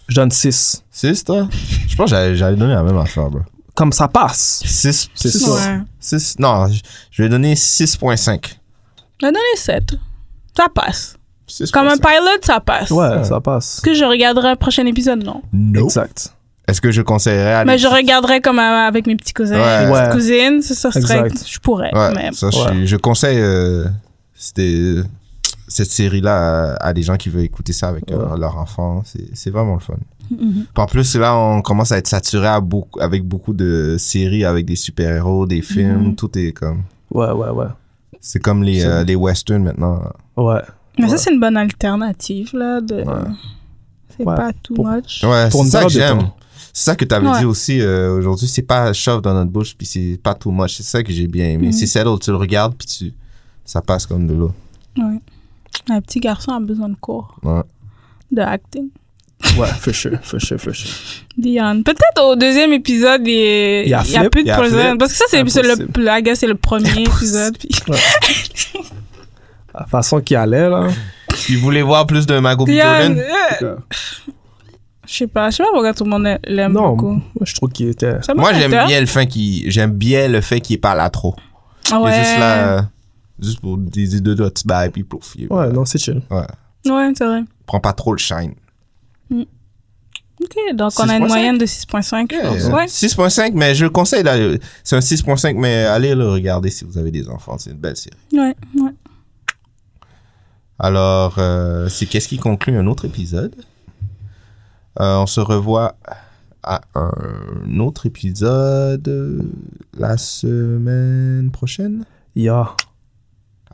je donne 6.
6, toi Je pense que j'allais, j'allais donner la même affaire, bro.
Comme ça passe.
6,
C'est ça.
ouais.
non, je- je vais donner 6.5.
Je vais donner 7. Ça passe.
6.5.
Comme un pilot, ça passe.
Ouais, ça passe.
Est-ce que je regarderai le prochain épisode? Non.
Nope.
Exact.
Est-ce que je conseillerais à
Mais
les-
je regarderai comme euh, avec mes petits cousins.
Ouais.
Mes petites
Ouais.
cousines, ça, ça serait.
Exact.
Je pourrais.
Ouais,
mais-
ça, je,
ouais.
suis- je conseille euh, c'était- cette série-là à, à des gens qui veulent écouter ça avec euh, leur enfant. euh, C'est c'est vraiment le fun.
Mhm.
Puis en plus, là, on commence à être saturé à beaucoup, avec beaucoup de séries, avec des super-héros, des films,
Mm-hmm.
tout est comme...
Ouais, ouais, ouais.
C'est comme les,
C'est-
euh, les westerns maintenant.
Ouais.
Mais ça,
Ouais.
c'est une bonne alternative, là. De...
Ouais.
C'est
Ouais.
pas too
Pour-
much.
Ouais,
Pour
c'est
une
ça que
période de
j'aime.
temps.
C'est ça que t'avais
Ouais.
dit aussi euh, aujourd'hui, c'est pas shove dans notre bouche, puis c'est pas too much. C'est ça que j'ai bien aimé.
Mhm.
C'est settle, tu le regardes, puis tu... ça passe comme de l'eau.
Ouais. Un petit garçon a besoin de cours
Ouais.
de acting.
Ouais, for sure, for sure, for sure.
Dion. Peut-être au deuxième épisode, il y,
Il y a
il y a
Flip.
plus
Il y
de
a
problème.
Flip.
Parce que ça, c'est c'est
Impossible.
le, la gueule, c'est le premier épisode. puis-
La façon qu'il allait, là.
Tu voulais voir plus de Mago
Dion,
Jordan?
euh, je sais pas, je sais pas pourquoi tout le monde l'aime
Non,
beaucoup.
moi, je trouve qu'il était.
C'est un bon
Moi, j'aime
acteur.
bien le fait qu'il, j'aime bien le fait qu'il parle à trop. Il
Ah
est
ouais.
juste là, euh, juste pour des deux, deux petits bails, puis pour fier.
Ouais, non, c'est chill.
Ouais, c'est vrai.
Prends pas trop le shine.
Ok, donc on a
6.5?
une moyenne de 6.5, je
Euh,
pense. Ouais.
6.5, mais je conseille d'aller. C'est un 6.5, mais allez le regarder si vous avez des enfants. C'est une belle série.
Ouais, ouais.
Alors, euh, c'est qu'est-ce qui conclut un autre épisode. Euh, on se revoit à un autre épisode euh, la semaine prochaine.
Yeah.